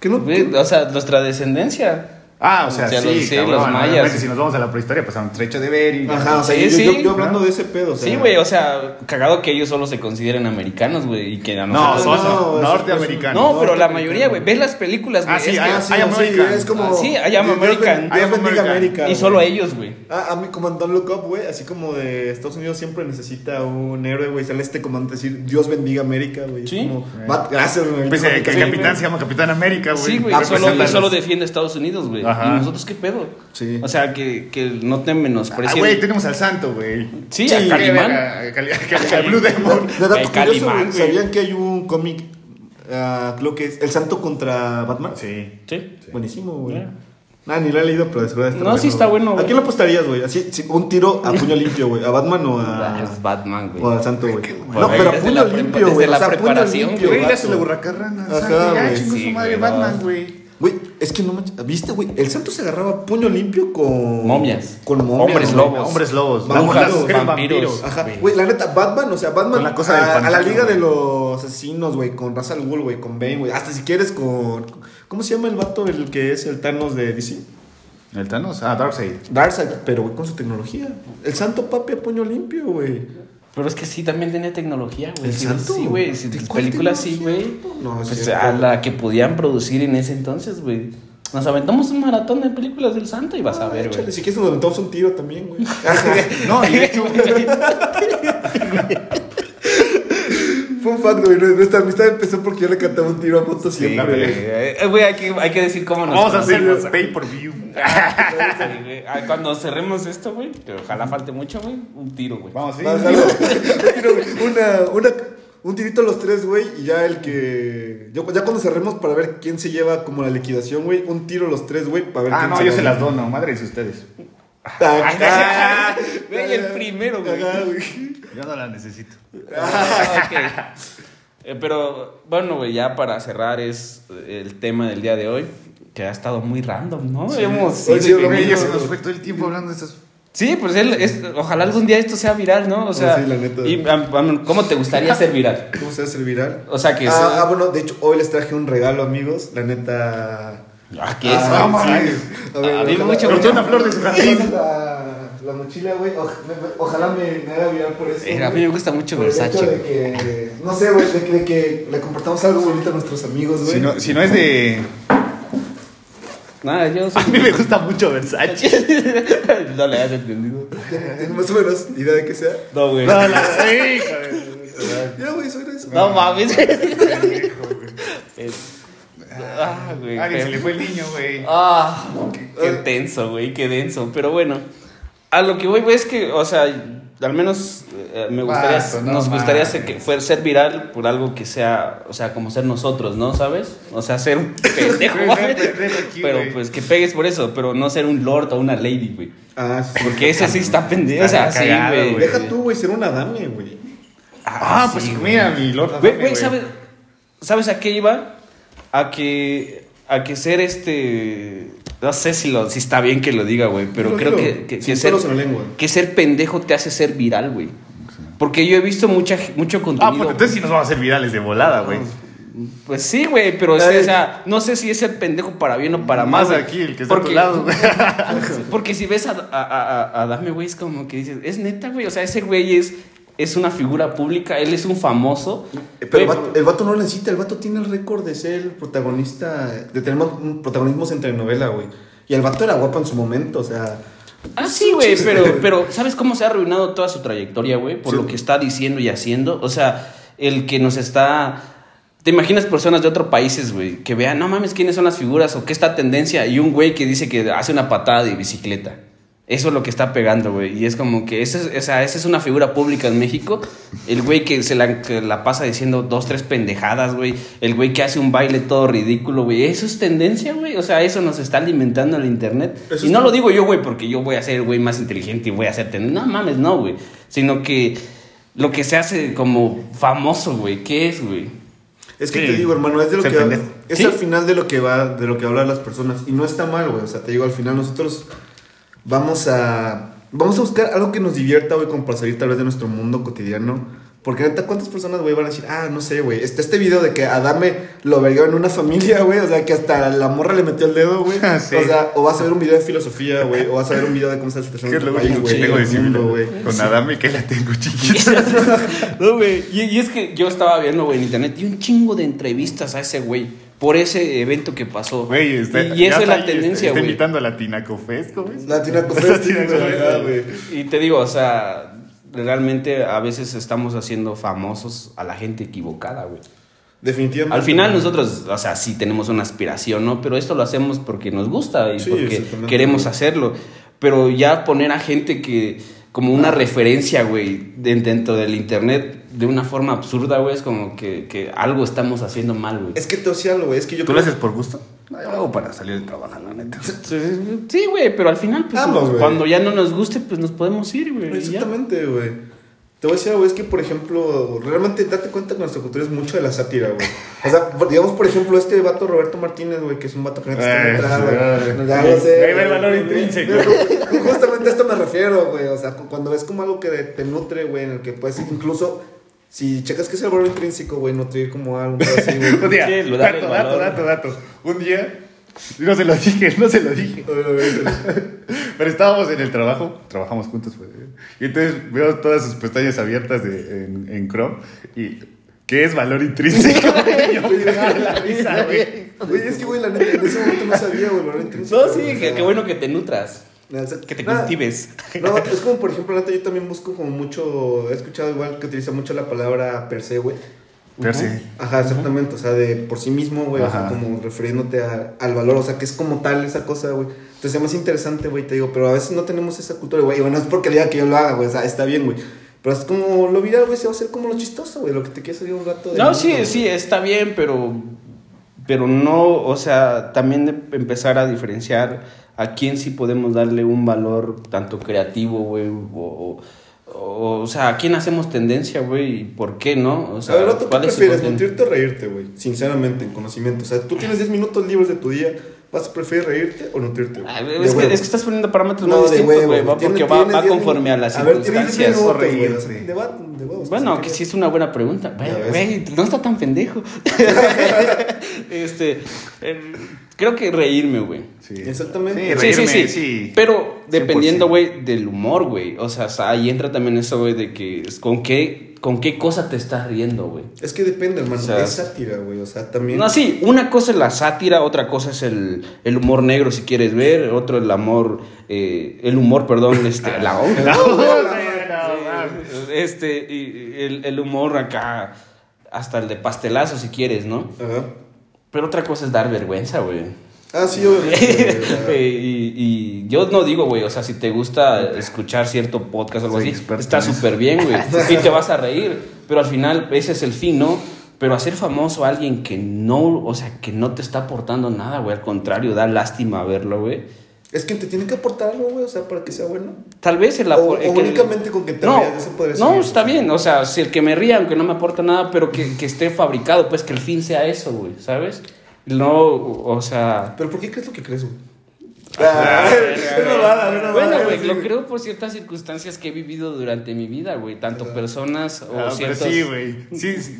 Speaker 3: ¿Qué no?
Speaker 2: Güey, O sea, nuestra descendencia.
Speaker 1: Ah, o sea,
Speaker 2: O sea,
Speaker 1: sí,
Speaker 2: los- sí,
Speaker 1: cabrón,
Speaker 2: los
Speaker 1: obviamente,
Speaker 2: mayas.
Speaker 1: Si nos vamos a la prehistoria, pues a un trecho de ver y...
Speaker 3: Ajá, o sea,
Speaker 2: Sí,
Speaker 3: yo, yo-
Speaker 2: sí.
Speaker 3: yo hablando de ese pedo, o sea.
Speaker 2: Sí, güey, o sea, cagado que ellos solo se consideren americanos, güey, y que a
Speaker 1: No,
Speaker 2: nosotros-
Speaker 1: son
Speaker 3: no, eso-
Speaker 1: norteamericanos.
Speaker 2: pues, No, pero la
Speaker 3: norteamericano.
Speaker 2: mayoría, güey, ves las películas, güey.
Speaker 1: Ah, sí,
Speaker 2: es
Speaker 1: ah,
Speaker 2: que-
Speaker 3: Ah, sí,
Speaker 1: I am
Speaker 3: sí,
Speaker 1: American.
Speaker 3: es como...
Speaker 2: Ah, sí, I am
Speaker 3: Dios
Speaker 2: American.
Speaker 3: ben- Dios
Speaker 1: I am
Speaker 3: bendiga
Speaker 1: American.
Speaker 3: América,
Speaker 2: y solo
Speaker 3: güey.
Speaker 2: ellos, güey.
Speaker 3: Ah, a mí como en Don't Look Up, güey, así como de Estados Unidos siempre necesita un héroe, güey, sale este comandante a decir Dios bendiga América, güey. Es
Speaker 2: Sí.
Speaker 3: como, "Bat- gracias, güey.
Speaker 1: Pues, eh, que el
Speaker 2: Sí,
Speaker 1: capitán
Speaker 2: güey.
Speaker 1: se llama Capitán América, güey.
Speaker 2: Sí, güey,
Speaker 1: Ah, pues,
Speaker 2: solo,
Speaker 1: ándale.
Speaker 2: solo defiende a Estados Unidos, güey.
Speaker 1: Ajá.
Speaker 2: ¿Y nosotros qué pedo?
Speaker 3: Sí.
Speaker 2: O sea, que, que no te
Speaker 1: Ah,
Speaker 2: menosprecien.
Speaker 1: güey, tenemos al santo, güey.
Speaker 2: Sí, a Calimán.
Speaker 1: A, Cali- a Cali- a Blue Demon.
Speaker 3: De dato
Speaker 2: El
Speaker 3: curioso,
Speaker 2: Calimán,
Speaker 3: güey,
Speaker 2: güey.
Speaker 3: ¿sabían que hay un cómic? ah, creo que es El Santo contra Batman.
Speaker 1: Sí.
Speaker 2: Sí.
Speaker 3: Buenísimo, güey.
Speaker 2: Ya.
Speaker 3: Ah, ni lo he leído, pero de seguridad está
Speaker 2: No,
Speaker 3: bueno,
Speaker 2: sí está bueno,
Speaker 3: ¿A
Speaker 2: güey.
Speaker 3: quién le apostarías, güey? Así, sí, un tiro a puño limpio, güey. ¿A Batman o
Speaker 2: Ah,
Speaker 3: a,
Speaker 2: Es Batman, güey.
Speaker 3: o a Santo, güey?
Speaker 2: bueno.
Speaker 3: No, pero a
Speaker 2: Desde
Speaker 3: puño
Speaker 2: la pre-
Speaker 3: limpio,
Speaker 2: desde
Speaker 3: güey.
Speaker 2: la
Speaker 3: O sea, puño
Speaker 2: preparación,
Speaker 3: limpio,
Speaker 1: Güey,
Speaker 3: vato.
Speaker 1: dásela burracarrana.
Speaker 3: Ajá,
Speaker 1: santo, Ya,
Speaker 3: güey,
Speaker 1: chingó
Speaker 2: sí,
Speaker 1: su madre,
Speaker 2: güey,
Speaker 1: Batman,
Speaker 2: no.
Speaker 1: güey.
Speaker 3: Güey, es que no manches. ¿Viste, güey? El Santo se agarraba puño limpio con.
Speaker 2: Momias.
Speaker 3: Con momias.
Speaker 2: Hombres
Speaker 3: güey.
Speaker 2: lobos.
Speaker 1: Hombres lobos.
Speaker 3: Brujas,
Speaker 1: Eran
Speaker 2: vampiros.
Speaker 3: Ajá, güey, la neta, Batman, o sea, Batman
Speaker 1: Con la cosa
Speaker 3: a,
Speaker 1: del
Speaker 3: a la
Speaker 1: pantano,
Speaker 3: liga
Speaker 1: güey.
Speaker 3: de los asesinos, güey, con Ra's al Ghul, güey, con Bane, güey, hasta si quieres con... ¿Cómo se llama el vato el que es el Thanos de DC?
Speaker 1: ¿El Thanos? Ah, Darkseid.
Speaker 3: Darkseid, pero güey, con su tecnología. El santo papi a puño limpio, güey.
Speaker 2: Pero es que sí, también tenía tecnología, güey.
Speaker 3: ¿El
Speaker 2: Sí,
Speaker 3: santo?
Speaker 2: Sí, güey. Sí,
Speaker 3: ¿De
Speaker 2: tus
Speaker 3: cuál
Speaker 2: películas sí,
Speaker 3: tecnología,
Speaker 2: güey.
Speaker 3: puto? No, es
Speaker 2: Pues
Speaker 3: cierto.
Speaker 2: a la que podían producir en ese entonces, güey. Nos aventamos un maratón de películas del santo y vas a
Speaker 3: Ah,
Speaker 2: ver,
Speaker 3: échale,
Speaker 2: güey.
Speaker 3: Si quieres nos aventamos un tiro también, güey.
Speaker 1: No, y de hecho,
Speaker 3: Fue un fact, güey, nuestra amistad empezó porque yo le cantaba un tiro a moto
Speaker 2: Sí,
Speaker 3: siempre,
Speaker 2: güey.
Speaker 3: güey.
Speaker 2: Eh, Güey, hay que, hay que decir cómo nos
Speaker 1: vamos a hacer
Speaker 2: conocemos, güey.
Speaker 1: pay por view.
Speaker 2: Sí, güey. Ah, Cuando cerremos esto, güey, que ojalá falte mucho, güey, un tiro, güey.
Speaker 1: Vamos, sí.
Speaker 3: Vas a Ah, un tiro, güey. una, una, un tirito a los tres, güey, y ya el que... yo- ya cuando cerremos para ver quién se lleva como la liquidación, güey, un tiro a los tres, güey, para ver
Speaker 1: Ah,
Speaker 3: quién
Speaker 1: no, yo se
Speaker 3: gana.
Speaker 1: las dono, madre de ustedes.
Speaker 3: Ah, ah,
Speaker 2: Güey, el primero, güey.
Speaker 3: ah,
Speaker 1: Yo no las necesito.
Speaker 2: Ah, ok. Eh, Pero bueno, güey, ya para cerrar es el tema del día de hoy, que ha estado muy random, ¿no? Hemos
Speaker 3: Hoy sí
Speaker 2: sido-
Speaker 3: lo
Speaker 1: Güey,
Speaker 3: mismo.
Speaker 1: ya se nos fue todo el tiempo hablando de estas.
Speaker 2: Sí, pues él es- ojalá algún día esto sea viral, ¿no? O sea,
Speaker 3: sí, la neta.
Speaker 2: y, am- am- ¿cómo te gustaría ser viral?
Speaker 3: ¿Cómo se hace el viral?
Speaker 2: O sea, que es-
Speaker 3: Ah, ah, bueno, de hecho, hoy les traje un regalo, amigos. La neta.
Speaker 2: Ah, ¿qué es?
Speaker 3: Ah,
Speaker 1: Vamos,
Speaker 3: sí.
Speaker 1: mames.
Speaker 3: A ver,
Speaker 2: Ah, dime
Speaker 3: ojalá-
Speaker 2: mucho,
Speaker 1: Cortó
Speaker 2: mucho.
Speaker 1: una flor de su jardín.
Speaker 3: La, la mochila, güey. oj- me- me- Ojalá me, me haga viral por eso.
Speaker 2: Eh, a mí me gusta mucho
Speaker 3: Por el hecho
Speaker 2: Versace,
Speaker 3: de que, no sé, güey, de, que- de que le compartamos algo bonito a nuestros amigos, güey.
Speaker 1: Si no, si no es de.
Speaker 2: Nada, yo soy...
Speaker 1: A mí me gusta mucho Versace.
Speaker 2: no le has entendido.
Speaker 3: ¿Tienes más o menos idea de qué sea?
Speaker 2: No, güey.
Speaker 1: No, la- ey, hija de-
Speaker 3: Ya, güey, suena eso.
Speaker 2: No mames. Es- Ah, güey.
Speaker 1: Alguien se
Speaker 2: qué-
Speaker 1: le fue el niño, güey.
Speaker 2: Ah, qué, qué
Speaker 1: eh.
Speaker 2: tenso, güey, qué denso. Pero bueno, a lo que voy, güey, es que, o sea, al menos eh, me gustaría,
Speaker 1: Vato, no
Speaker 2: nos gustaría ser,
Speaker 1: mames.
Speaker 2: que fue ser viral por algo que sea, o sea, como ser nosotros, ¿no? ¿Sabes? O sea, ser un pendejo,
Speaker 1: Ser
Speaker 2: güey.
Speaker 1: pendejo aquí, güey.
Speaker 2: Pero pues que pegues por eso, pero no ser un lord o una lady, güey.
Speaker 3: Ah, sí.
Speaker 2: Porque ese sí está pendejo, o sea,
Speaker 1: Está
Speaker 2: sí,
Speaker 1: cagado,
Speaker 2: güey.
Speaker 1: güey.
Speaker 3: Deja tú, güey, ser una dame, güey.
Speaker 1: Ah, pues
Speaker 2: sí, güey.
Speaker 1: mira, mi lord.
Speaker 2: Güey, güey, ¿sabes, ¿sabes a qué iba? A que, a que ser este... No sé si, lo, si está bien que lo diga, güey, pero
Speaker 3: Yo lo
Speaker 2: creo que,
Speaker 3: digo,
Speaker 2: que,
Speaker 3: sin
Speaker 2: que ser,
Speaker 3: pelos en la lengua.
Speaker 2: que ser pendejo te hace ser viral, güey. Porque yo he visto mucha, ge- mucho
Speaker 1: Ah,
Speaker 2: contenido.
Speaker 1: pues entonces sí nos vamos a hacer virales de volada, güey.
Speaker 2: Pues sí, güey, pero o
Speaker 3: Ay.
Speaker 2: sea, no sé si es ser pendejo para bien o para mal.
Speaker 1: Más
Speaker 2: güey.
Speaker 1: aquí, el que está a
Speaker 2: porque,
Speaker 1: tu lado, güey.
Speaker 2: Porque si ves a, a, a, a- a Dame, güey, es como que dices, es neta, güey. O sea, ese güey es, es una figura pública, él es un famoso.
Speaker 3: Eh, Pero
Speaker 2: Güey,
Speaker 3: el vato, el vato no lo necesita, el vato tiene el récord de ser el protagonista, de tener más- un protagonismos en telenovela, güey. Y el vato era guapo en su momento, o sea.
Speaker 2: Ah, sí, güey, pero, pero ¿sabes cómo se ha arruinado toda su trayectoria, güey? Por
Speaker 3: Sí.
Speaker 2: lo que está diciendo y haciendo. O sea, el que nos está... ¿Te imaginas personas de otros países, güey, que vean, no mames, quiénes son las figuras o qué está tendencia? Y un güey que dice que hace una patada de bicicleta. Eso es lo que está pegando, güey. Y es como que esa es, esa, esa es una figura pública en México. El güey que se la, que la pasa diciendo dos, tres pendejadas, güey. El güey que hace un baile todo ridículo, güey. Eso es tendencia, güey. O sea, eso nos está alimentando el Internet.
Speaker 3: Eso
Speaker 2: y
Speaker 3: es
Speaker 2: no lo digo yo, güey, porque yo voy a ser el güey más inteligente y voy a ser tendencia. No mames, no, güey. Sino que lo que se hace como famoso, güey. ¿Qué es, güey?
Speaker 3: Es que
Speaker 1: Sí.
Speaker 3: te digo, hermano, es de lo
Speaker 1: Ser
Speaker 3: que
Speaker 1: pendejo.
Speaker 3: es
Speaker 2: Sí.
Speaker 3: al final de lo que va, de lo que hablan las personas. Y no está mal, güey. O sea, te digo, al final nosotros vamos a. Vamos a buscar algo que nos divierta, güey, como para salir tal vez de nuestro mundo cotidiano. Porque neta, ¿cuántas personas, güey, van a decir, ah, no sé, güey? Está este video de que Adame lo vergueó en una familia, güey. O sea, que hasta la morra le metió el dedo, güey.
Speaker 1: Ah, sí.
Speaker 3: O sea, o vas a ver un video de filosofía, güey. O vas a ver un video de cómo está la situación
Speaker 1: ¿Qué
Speaker 3: en
Speaker 1: es lo
Speaker 3: tu país,
Speaker 1: último que
Speaker 3: güey.
Speaker 1: tengo de
Speaker 3: del mundo,
Speaker 1: símil,
Speaker 3: güey.
Speaker 1: güey? Con Adame que la tengo chiquita.
Speaker 2: No, güey. Y, y es que yo estaba viendo, güey, en internet y un chingo de entrevistas a ese güey por ese evento que pasó.
Speaker 1: Güey, está-
Speaker 2: y y
Speaker 1: ya
Speaker 2: esa es
Speaker 1: está
Speaker 2: la
Speaker 1: ahí, este,
Speaker 2: tendencia,
Speaker 1: Está
Speaker 2: güey.
Speaker 1: invitando a la Tinacofes, ¿cómo es?
Speaker 3: Latina
Speaker 1: Latina Cofest.
Speaker 3: güey.
Speaker 2: Y te digo, o sea, realmente a veces estamos haciendo famosos a la gente equivocada, güey.
Speaker 3: Definitivamente.
Speaker 2: Al final nosotros, o sea, sí tenemos una aspiración, ¿no? Pero esto lo hacemos porque nos gusta y
Speaker 3: Sí,
Speaker 2: porque
Speaker 3: exactamente.
Speaker 2: queremos hacerlo. Pero ya poner a gente que como
Speaker 3: Ah.
Speaker 2: una referencia, güey, de- dentro del internet de una forma absurda, güey, es como que, que algo estamos haciendo mal, güey.
Speaker 3: Es que te hacía algo, güey. Es que yo
Speaker 1: ¿Tú lo haces por gusto? No, yo lo hago para salir de trabajo, la neta.
Speaker 2: Sí, güey, pero al final, pues,
Speaker 3: Ambos, güey.
Speaker 2: cuando ya no nos guste, pues nos podemos ir, güey. y ya.
Speaker 3: Exactamente, güey. Te voy a decir algo, es que, por ejemplo, realmente date cuenta que nuestra cultura es mucho de la sátira, güey. O sea, por- digamos, por ejemplo, este vato Roberto Martínez, güey, que es un vato que neta está
Speaker 1: Ay,
Speaker 3: neutral,
Speaker 1: ay,
Speaker 3: güey. Ya
Speaker 1: ay.
Speaker 3: lo sé.
Speaker 1: Ahí va el
Speaker 3: güey.
Speaker 1: valor intrínseco.
Speaker 3: Justamente a esto me refiero, güey. O sea, cu- cuando ves como algo que te nutre, güey, en el que puedes incluso... Si checas que es el valor intrínseco, güey, nutrir como algo así,
Speaker 1: Un
Speaker 3: güey.
Speaker 1: día,
Speaker 2: Sí, lo da el
Speaker 1: dato, dato,
Speaker 2: valor.
Speaker 1: dato, dato. Un día, no se lo dije, no se lo dije.
Speaker 3: A ver, a ver, a ver.
Speaker 1: Pero estábamos en el trabajo, trabajamos juntos, pues, ¿eh? Y entonces veo todas sus pestañas abiertas de- en, en Chrome y ¿qué es valor intrínseco? Y yo me cagaba la risa, güey.
Speaker 3: Güey, es que, güey, la neta, en ese momento no sabía, güey, el valor intrínseco.
Speaker 2: No, sí,
Speaker 3: güey, o
Speaker 2: que-
Speaker 3: sea,
Speaker 2: qué bueno que te nutras,
Speaker 3: o sea,
Speaker 2: que te
Speaker 3: nada.
Speaker 2: cultives.
Speaker 3: No, es como por ejemplo, neta, yo también busco como mucho, he escuchado igual que utiliza mucho la palabra per se, güey.
Speaker 1: Per se.
Speaker 3: Ajá, exactamente, o sea, de por sí mismo, güey, o sea,
Speaker 1: Ajá.
Speaker 3: como refiriéndote a- al valor, o sea, que es como tal esa cosa, güey. Entonces es más interesante, güey, te digo, pero a veces no tenemos esa cultura, güey, y bueno, es porque diga que yo lo haga, güey, o sea, está bien, güey. Pero es como lo viral, güey, se va a hacer como lo chistoso, güey, lo que te quiere salir un rato. de
Speaker 2: No,
Speaker 3: mundo,
Speaker 2: sí,
Speaker 3: güey.
Speaker 2: sí, está bien, pero, pero no, o sea, también de empezar a diferenciar a quién sí podemos darle un valor tanto creativo, güey, o, o, o sea, a quién hacemos tendencia, güey, y por qué, ¿no? O sea,
Speaker 3: a ver, Otto, ¿qué
Speaker 2: ¿cuál es el
Speaker 3: prefieres?
Speaker 2: contenido?
Speaker 3: ¿Nutrirte o reírte, güey? Sinceramente, en conocimiento. O sea, tú tienes 10 minutos libres de tu día, ¿vas a preferir reírte o nutrirte? güey?
Speaker 2: Ah,
Speaker 3: De
Speaker 2: Es que,
Speaker 3: huevo.
Speaker 2: es que estás poniendo parámetros
Speaker 3: No,
Speaker 2: muy
Speaker 3: de
Speaker 2: distintos,
Speaker 3: huevo.
Speaker 2: güey, va
Speaker 3: Tiene-
Speaker 2: porque va,
Speaker 3: tienes
Speaker 2: va
Speaker 3: diez
Speaker 2: conforme a las
Speaker 3: minutos. ver, tienes diez
Speaker 2: circunstancias.
Speaker 3: minutos, güey,
Speaker 1: corre,
Speaker 3: o sea,
Speaker 1: sí.
Speaker 3: De, va- de huevos,
Speaker 2: Bueno,
Speaker 3: sí,
Speaker 2: que
Speaker 3: sí.
Speaker 2: sí es una buena pregunta. Güey,
Speaker 3: Ya ves.
Speaker 2: güey, no está tan pendejo. este, eh, creo que reírme, güey.
Speaker 1: Sí.
Speaker 3: Exactamente.
Speaker 1: Sí,
Speaker 2: Sí, sí,
Speaker 1: reírme,
Speaker 2: sí,
Speaker 1: sí.
Speaker 2: Pero
Speaker 1: 100%.
Speaker 2: dependiendo, güey, del humor, güey. O sea, sa- ahí entra también eso, güey, de que es con qué, con qué cosa te estás riendo, güey.
Speaker 3: Es que depende, hermano.
Speaker 2: O sea,
Speaker 3: es sátira, güey. O sea, también.
Speaker 2: No, sí, una cosa es la sátira, otra cosa es el, el humor negro, si quieres ver, otro el amor, eh, el humor, perdón, este, la onda.
Speaker 1: No,
Speaker 3: No,
Speaker 1: no,
Speaker 3: la-
Speaker 1: no, mames.
Speaker 2: Este, y- y el, el humor acá, hasta el de pastelazo, si quieres, ¿no?
Speaker 3: Ajá.
Speaker 2: Pero otra cosa es dar vergüenza, güey.
Speaker 3: Ah, sí, obviamente. güey, o sea,
Speaker 2: Eh, y, y yo no digo, güey, o sea, si te gusta escuchar cierto podcast o algo
Speaker 1: Soy
Speaker 2: así,
Speaker 1: experto
Speaker 2: está
Speaker 1: en eso.
Speaker 2: súper bien, güey. Y te vas a reír, pero al final ese es el fin, ¿no? Pero hacer famoso a alguien que no, o sea, que no te está aportando nada, güey, al contrario, da lástima verlo, güey.
Speaker 3: Es que te tiene que aportar algo, güey, o sea, para que sea bueno.
Speaker 2: Tal vez el
Speaker 3: O-
Speaker 2: apor-
Speaker 3: o
Speaker 2: el que-
Speaker 3: únicamente con que te
Speaker 2: no,
Speaker 3: rías, eso podría
Speaker 2: No,
Speaker 3: ser.
Speaker 2: está bien, o sea, si el que me ría, aunque no me aporta nada, pero que, que esté fabricado, pues que el fin sea eso, güey, ¿sabes? No, o sea...
Speaker 3: Pero ¿por qué crees lo que crees, güey?
Speaker 1: Ah,
Speaker 3: Es mamada, es mamada,
Speaker 2: Bueno, güey,
Speaker 3: sí,
Speaker 2: lo creo por ciertas circunstancias que he vivido durante mi vida, güey. Tanto personas o
Speaker 1: Ah, pero
Speaker 2: ciertos...
Speaker 1: sí, güey. Sí, sí.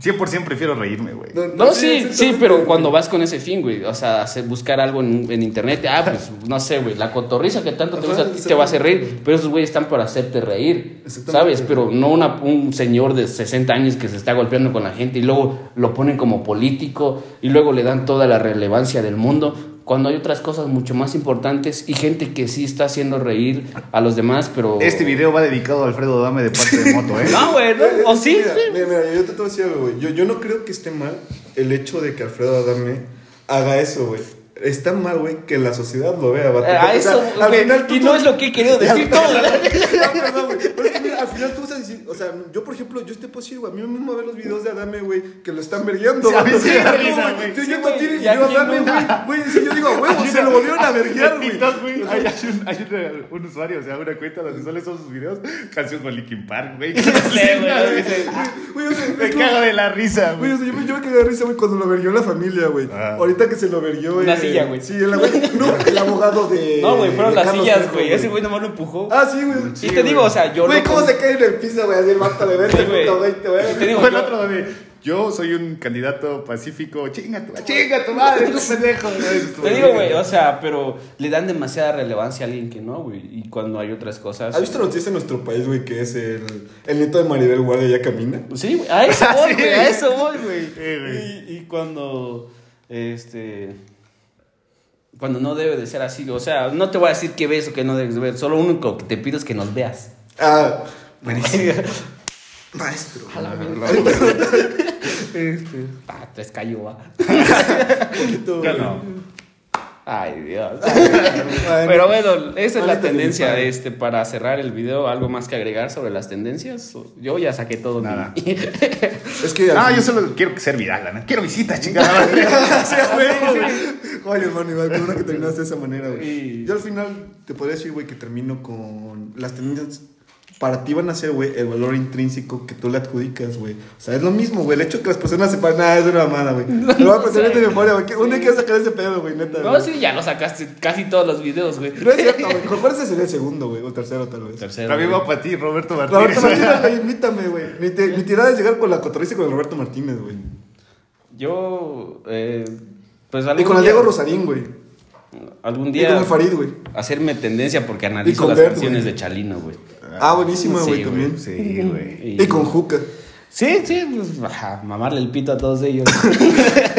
Speaker 1: 100% prefiero reírme, güey.
Speaker 2: No, sí, sí,
Speaker 3: exactamente,
Speaker 2: pero
Speaker 3: güey.
Speaker 2: cuando vas con ese fin, güey, o sea, hacer- buscar algo en, en internet, ah, pues, no sé, güey, la cotorriza que tanto te
Speaker 3: Ajá,
Speaker 2: gusta a ti te va a hacer
Speaker 3: exactamente.
Speaker 2: reír, pero esos güeyes están para hacerte reír,
Speaker 3: Exactamente.
Speaker 2: ¿sabes? Pero no una- un señor de 60 años que se está golpeando con la gente y luego lo ponen como político y luego le dan toda la relevancia del mundo, cuando hay otras cosas mucho más importantes y gente que sí está haciendo reír a los demás, pero...
Speaker 1: Este video va dedicado a Alfredo Dame de parte de Moto, ¿eh?
Speaker 2: No, güey, no, o
Speaker 3: Es que
Speaker 2: sí, Eh,
Speaker 3: mira,
Speaker 2: sí.
Speaker 3: Mira, mira, yo te voy a decir algo, güey. Yo, yo no creo que esté mal el hecho de que Alfredo Adame haga eso, güey. Está mal, güey, que la sociedad lo vea, vato.
Speaker 2: Eh, A
Speaker 3: O sea,
Speaker 2: eso,
Speaker 3: al
Speaker 2: güey,
Speaker 3: final tú-
Speaker 2: y no es lo que he querido decir todo.
Speaker 3: No, perdón, güey. Pero es que, mira, al final tú vas a decir, o sea, yo por ejemplo, yo te puedo decir, güey, a mí mismo ver los videos de Adame, güey, que lo están vergueando.
Speaker 1: Sí, a mí
Speaker 3: vato.
Speaker 1: sí me da
Speaker 3: Como,
Speaker 1: risa,
Speaker 3: güey,
Speaker 1: güey.
Speaker 3: Yo
Speaker 2: Sí,
Speaker 3: yo
Speaker 2: güey,
Speaker 3: Tatiana y
Speaker 2: ya
Speaker 3: yo Adame,
Speaker 2: tiene
Speaker 3: güey, güey, si yo digo, güey,
Speaker 1: Hay
Speaker 3: se
Speaker 1: una-
Speaker 3: lo volvieron a verguear,
Speaker 1: En
Speaker 3: güey.
Speaker 1: TikTok, güey. Hay, hay un, hay un- un usuario, o sea, una cuenta donde solo son sus videos. Canciones con Linkin Park, güey.
Speaker 3: Güey, o sea,
Speaker 1: "Ah". Me
Speaker 3: es como-
Speaker 1: cago de la risa,
Speaker 3: Güey,
Speaker 1: güey.
Speaker 3: o sea, yo, me- yo me cagué de risa, güey, cuando lo verguió la familia, güey.
Speaker 1: Ah.
Speaker 3: Ahorita que se lo verguió.
Speaker 2: Una
Speaker 3: eh,
Speaker 2: silla, güey.
Speaker 3: Sí, el, abue- no, el abogado de.
Speaker 2: No, güey, fueron
Speaker 3: de
Speaker 2: las
Speaker 3: Carlos
Speaker 2: sillas,
Speaker 3: Trejo,
Speaker 2: güey. Ese güey nomás lo empujó.
Speaker 3: Ah, sí, güey.
Speaker 2: Y te digo, o sea, yo
Speaker 3: Güey,
Speaker 2: no-
Speaker 3: ¿cómo se cae en el piso, güey? Así el vato de verte,
Speaker 2: Sí, güey.
Speaker 3: puto, güey, te voy a-
Speaker 2: Y te digo,
Speaker 1: Fue el
Speaker 2: yo-
Speaker 1: otro donde yo soy un candidato pacífico. Chinga tu, chinga tu madre, tú pendejo.
Speaker 2: Te digo, güey, o sea, pero le dan demasiada relevancia a alguien que no, güey. Y cuando hay otras cosas.
Speaker 3: ¿Has visto la noticia en nuestro país, güey, que es el, el nieto de Maribel Guardia ya camina?
Speaker 2: Sí, güey, a eso
Speaker 3: Ah,
Speaker 2: voy,
Speaker 1: Sí.
Speaker 2: güey, a eso voy, güey.
Speaker 1: Sí, güey.
Speaker 2: Y, y cuando. Este. Cuando no debe de ser así, o sea, no te voy a decir que ves o que no debes ver, solo lo único que te pido es que nos veas.
Speaker 3: Ah, maestro.
Speaker 2: A la
Speaker 3: güey.
Speaker 2: verga.
Speaker 3: Este.
Speaker 2: Ah, tres cayó, va.
Speaker 1: Yo no.
Speaker 2: Ay, Dios.
Speaker 3: Ay,
Speaker 2: Pero bueno, esa es la
Speaker 3: Ahorita te
Speaker 2: tendencia
Speaker 3: disparo.
Speaker 2: de este. Para cerrar el video, ¿algo más que agregar sobre las tendencias? Yo ya saqué todo. mi-
Speaker 1: Nada.
Speaker 3: Es que.
Speaker 2: Ah,
Speaker 1: No, Ah, yo solo quiero que ser viral, la neta. Quiero visitas, chingada. madre.
Speaker 3: Oye, hermano, igual, qué bueno que terminaste de esa manera, güey.
Speaker 2: Sí.
Speaker 3: Yo al final te podría decir, güey, que termino con las tendencias. Para ti van a ser, güey, el valor intrínseco que tú le adjudicas, güey. O sea, es lo mismo, güey. El hecho que las personas sepan, nada, es una mamada, güey. Lo voy a pensar
Speaker 2: sé.
Speaker 3: en de memoria, güey. que- Un día quiero sacar ese pedo, güey, neta.
Speaker 2: No,
Speaker 3: güey.
Speaker 2: sí, ya lo sacaste casi todos los videos, güey.
Speaker 3: No es cierto, güey. Mejor ese sería el segundo, güey. O el tercero, tal vez.
Speaker 2: Tercero.
Speaker 1: También
Speaker 2: güey.
Speaker 1: va para ti, Roberto
Speaker 3: Roberto
Speaker 1: Martínez.
Speaker 3: Martínez, güey, invítame, güey. Mi, te- mi tirada es llegar con la cotorriza y con el Roberto Martínez, güey.
Speaker 2: Yo, eh, pues
Speaker 3: Y
Speaker 2: algún
Speaker 3: con el
Speaker 2: día,
Speaker 3: Diego Rosarín, güey.
Speaker 2: algún
Speaker 3: Y con
Speaker 2: día
Speaker 3: el Farid, güey.
Speaker 2: hacerme tendencia porque
Speaker 3: Y
Speaker 2: analizo
Speaker 3: con
Speaker 2: las
Speaker 3: Bert,
Speaker 2: canciones
Speaker 3: güey.
Speaker 2: de Chalino, güey.
Speaker 3: Ah, buenísima,
Speaker 2: Sí,
Speaker 3: güey,
Speaker 2: güey,
Speaker 3: también.
Speaker 1: Sí, güey.
Speaker 3: Y con Juca.
Speaker 2: Sí, sí, pues, ajá, mamarle el pito a todos ellos.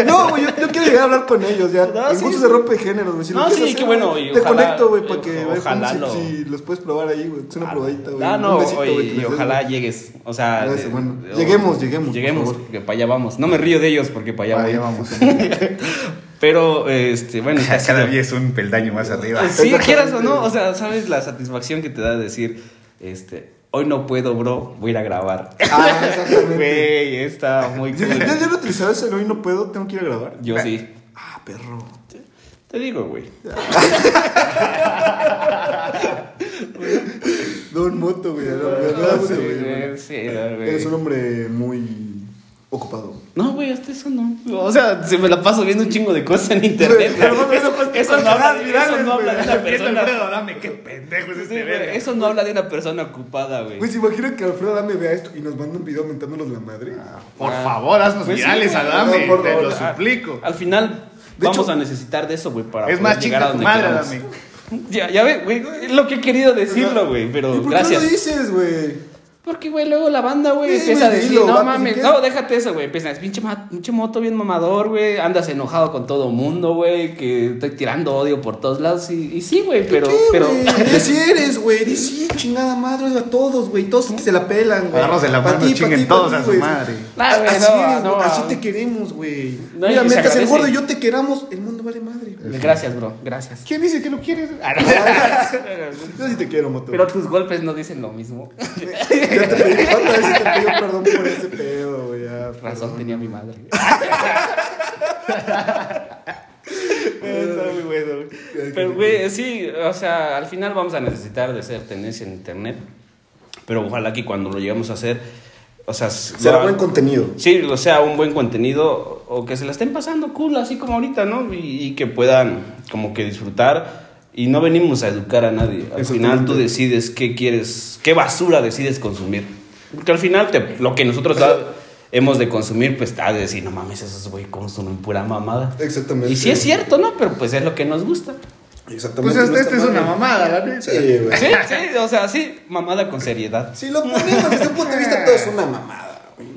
Speaker 3: No, güey, yo, yo quiero llegar a hablar con ellos, ya.
Speaker 2: No,
Speaker 3: el
Speaker 2: sí,
Speaker 3: gusto
Speaker 2: sí.
Speaker 3: se rompe de géneros, güey. Si lo
Speaker 2: No,
Speaker 3: quieres
Speaker 2: sí, qué bueno, y
Speaker 3: Te
Speaker 2: ojalá-
Speaker 3: conecto, güey, para
Speaker 2: y
Speaker 3: que
Speaker 2: ojalá
Speaker 3: veas cómo si,
Speaker 2: lo-
Speaker 3: si los puedes probar ahí, güey. Es una probadita, güey.
Speaker 2: Ah, no,
Speaker 3: Un besito,
Speaker 2: oye,
Speaker 3: güey, que
Speaker 2: y
Speaker 3: les des,
Speaker 2: ojalá
Speaker 3: güey.
Speaker 2: llegues. O sea,
Speaker 3: Gracias,
Speaker 2: de-
Speaker 3: bueno.
Speaker 2: de-
Speaker 3: Lleguemos, lleguemos, por
Speaker 2: Lleguemos,
Speaker 3: favor.
Speaker 2: porque para allá vamos. No me río de ellos porque para allá
Speaker 1: Ahí
Speaker 2: voy.
Speaker 1: Ah, vamos.
Speaker 2: Pero, este, bueno. este ha
Speaker 1: Cada
Speaker 2: sido-
Speaker 1: día es un peldaño más arriba.
Speaker 2: Sí,
Speaker 3: Exactamente.
Speaker 2: quieras o no, o sea, sabes la satisfacción que te da decir, este, hoy no puedo, bro, voy a ir a grabar.
Speaker 3: Ah, exactamente.
Speaker 2: Güey, está muy
Speaker 3: Yo,
Speaker 2: cool.
Speaker 3: yo, yo lo utilizaba ese, hoy no puedo, tengo que ir a grabar.
Speaker 2: Yo sí.
Speaker 3: Ah, perro.
Speaker 2: Te digo, güey.
Speaker 3: Don Moto, güey. Don Moto, güey.
Speaker 2: Ah, Sí, güey.
Speaker 3: Eres un hombre muy ocupado.
Speaker 2: No, güey, hasta eso no. O sea, se me la paso viendo un chingo de cosas en internet.
Speaker 3: Pero, pero,
Speaker 2: güey. Eso,
Speaker 3: pero,
Speaker 2: eso
Speaker 3: pero,
Speaker 2: no habla,
Speaker 3: pero,
Speaker 2: de-
Speaker 3: virales,
Speaker 2: eso no habla de una
Speaker 1: Empieza
Speaker 2: persona.
Speaker 1: Alfredo Adame, qué pendejo es
Speaker 2: Sí,
Speaker 1: este
Speaker 2: güey,
Speaker 1: verga.
Speaker 2: Eso no habla de una persona ocupada, güey.
Speaker 3: Güey, se imagina que Alfredo Dame vea esto y nos manda un video mentándonos la madre.
Speaker 1: Por favor, haznos
Speaker 2: Pues sí,
Speaker 1: virales,
Speaker 2: güey.
Speaker 1: Adame.
Speaker 3: No, por
Speaker 1: te
Speaker 3: favor,
Speaker 1: lo
Speaker 2: Ah,
Speaker 1: suplico.
Speaker 2: Al final
Speaker 3: De
Speaker 2: vamos
Speaker 3: hecho-
Speaker 2: a necesitar de eso, güey, para
Speaker 1: Es
Speaker 2: poder
Speaker 1: más,
Speaker 2: llegar a
Speaker 1: chica tu
Speaker 2: donde
Speaker 1: madre,
Speaker 2: queramos.
Speaker 1: Adame.
Speaker 2: Ya, ya ve, güey, es lo que he querido decirlo, güey,
Speaker 3: ¿Y
Speaker 2: pero
Speaker 3: por qué no lo
Speaker 2: gracias.
Speaker 3: dices, güey?
Speaker 2: Porque, güey, luego la banda, güey,
Speaker 3: Sí,
Speaker 2: empieza a
Speaker 3: güey,
Speaker 2: decir,
Speaker 3: dilo, vato,
Speaker 2: no
Speaker 3: si
Speaker 2: mames,
Speaker 3: quieres".
Speaker 2: no, déjate eso, güey. Empieza a decir, pinche, ma- pinche moto bien mamador, güey, andas enojado con todo mundo, güey, que estoy tirando odio por todos lados. Y, y sí, güey, pero,
Speaker 3: ¿Qué,
Speaker 2: pero,
Speaker 3: güey? Así eres, güey. Di sí, chingada madre a todos, güey. Todos que se la pelan, güey.
Speaker 1: Agarros de la
Speaker 3: Pa'
Speaker 1: mano,
Speaker 3: ti, pa'
Speaker 1: chinguen
Speaker 3: ti, pa'
Speaker 1: todos
Speaker 3: ti,
Speaker 1: a su
Speaker 3: güey.
Speaker 1: madre.
Speaker 2: Ah, güey,
Speaker 3: así
Speaker 2: no,
Speaker 3: eres,
Speaker 2: no,
Speaker 3: güey. Así
Speaker 2: no.
Speaker 3: te queremos, güey.
Speaker 2: No, y
Speaker 3: Mira,
Speaker 2: que se
Speaker 3: mientras el
Speaker 2: agradece.
Speaker 3: gordo y yo te queramos, el mundo vale madre. güey.
Speaker 2: gracias, bro, gracias.
Speaker 1: ¿Quién dice que lo quieres? Ah, no.
Speaker 3: Yo sí te quiero, moto.
Speaker 2: Pero tus golpes no dicen lo mismo.
Speaker 3: Ya te pedí, otra vez te pido perdón por ese pedo, güey. ya,
Speaker 2: Razón
Speaker 3: perdón.
Speaker 2: tenía mi madre.
Speaker 1: Está muy bueno, güey.
Speaker 2: Pero, güey, sí, o sea, al final vamos a necesitar de ser tendencia en internet. Pero ojalá que cuando lo lleguemos a hacer, o sea,
Speaker 3: Será
Speaker 2: lo-
Speaker 3: buen contenido.
Speaker 2: Sí, o sea, un buen contenido o que se la estén pasando cool, así como ahorita, ¿no? Y, y que puedan como que disfrutar. Y no venimos a educar a nadie. Al final tú
Speaker 3: Exactamente.
Speaker 2: decides qué quieres, qué basura decides consumir. Porque al final te- lo que nosotros da- hemos de consumir, pues está de decir, no mames, esos güey consumen pura mamada.
Speaker 3: Exactamente.
Speaker 2: Y sí es cierto, ¿no? Pero pues es lo que nos gusta.
Speaker 3: Exactamente.
Speaker 1: Pues hasta esta
Speaker 3: Nuestra
Speaker 1: es una
Speaker 3: madre.
Speaker 1: mamada, la neta.
Speaker 3: Sí, güey.
Speaker 2: Sí, sí, o sea, sí, mamada con seriedad.
Speaker 3: Si lo ponemos desde un punto de vista, todo es una mamada, güey.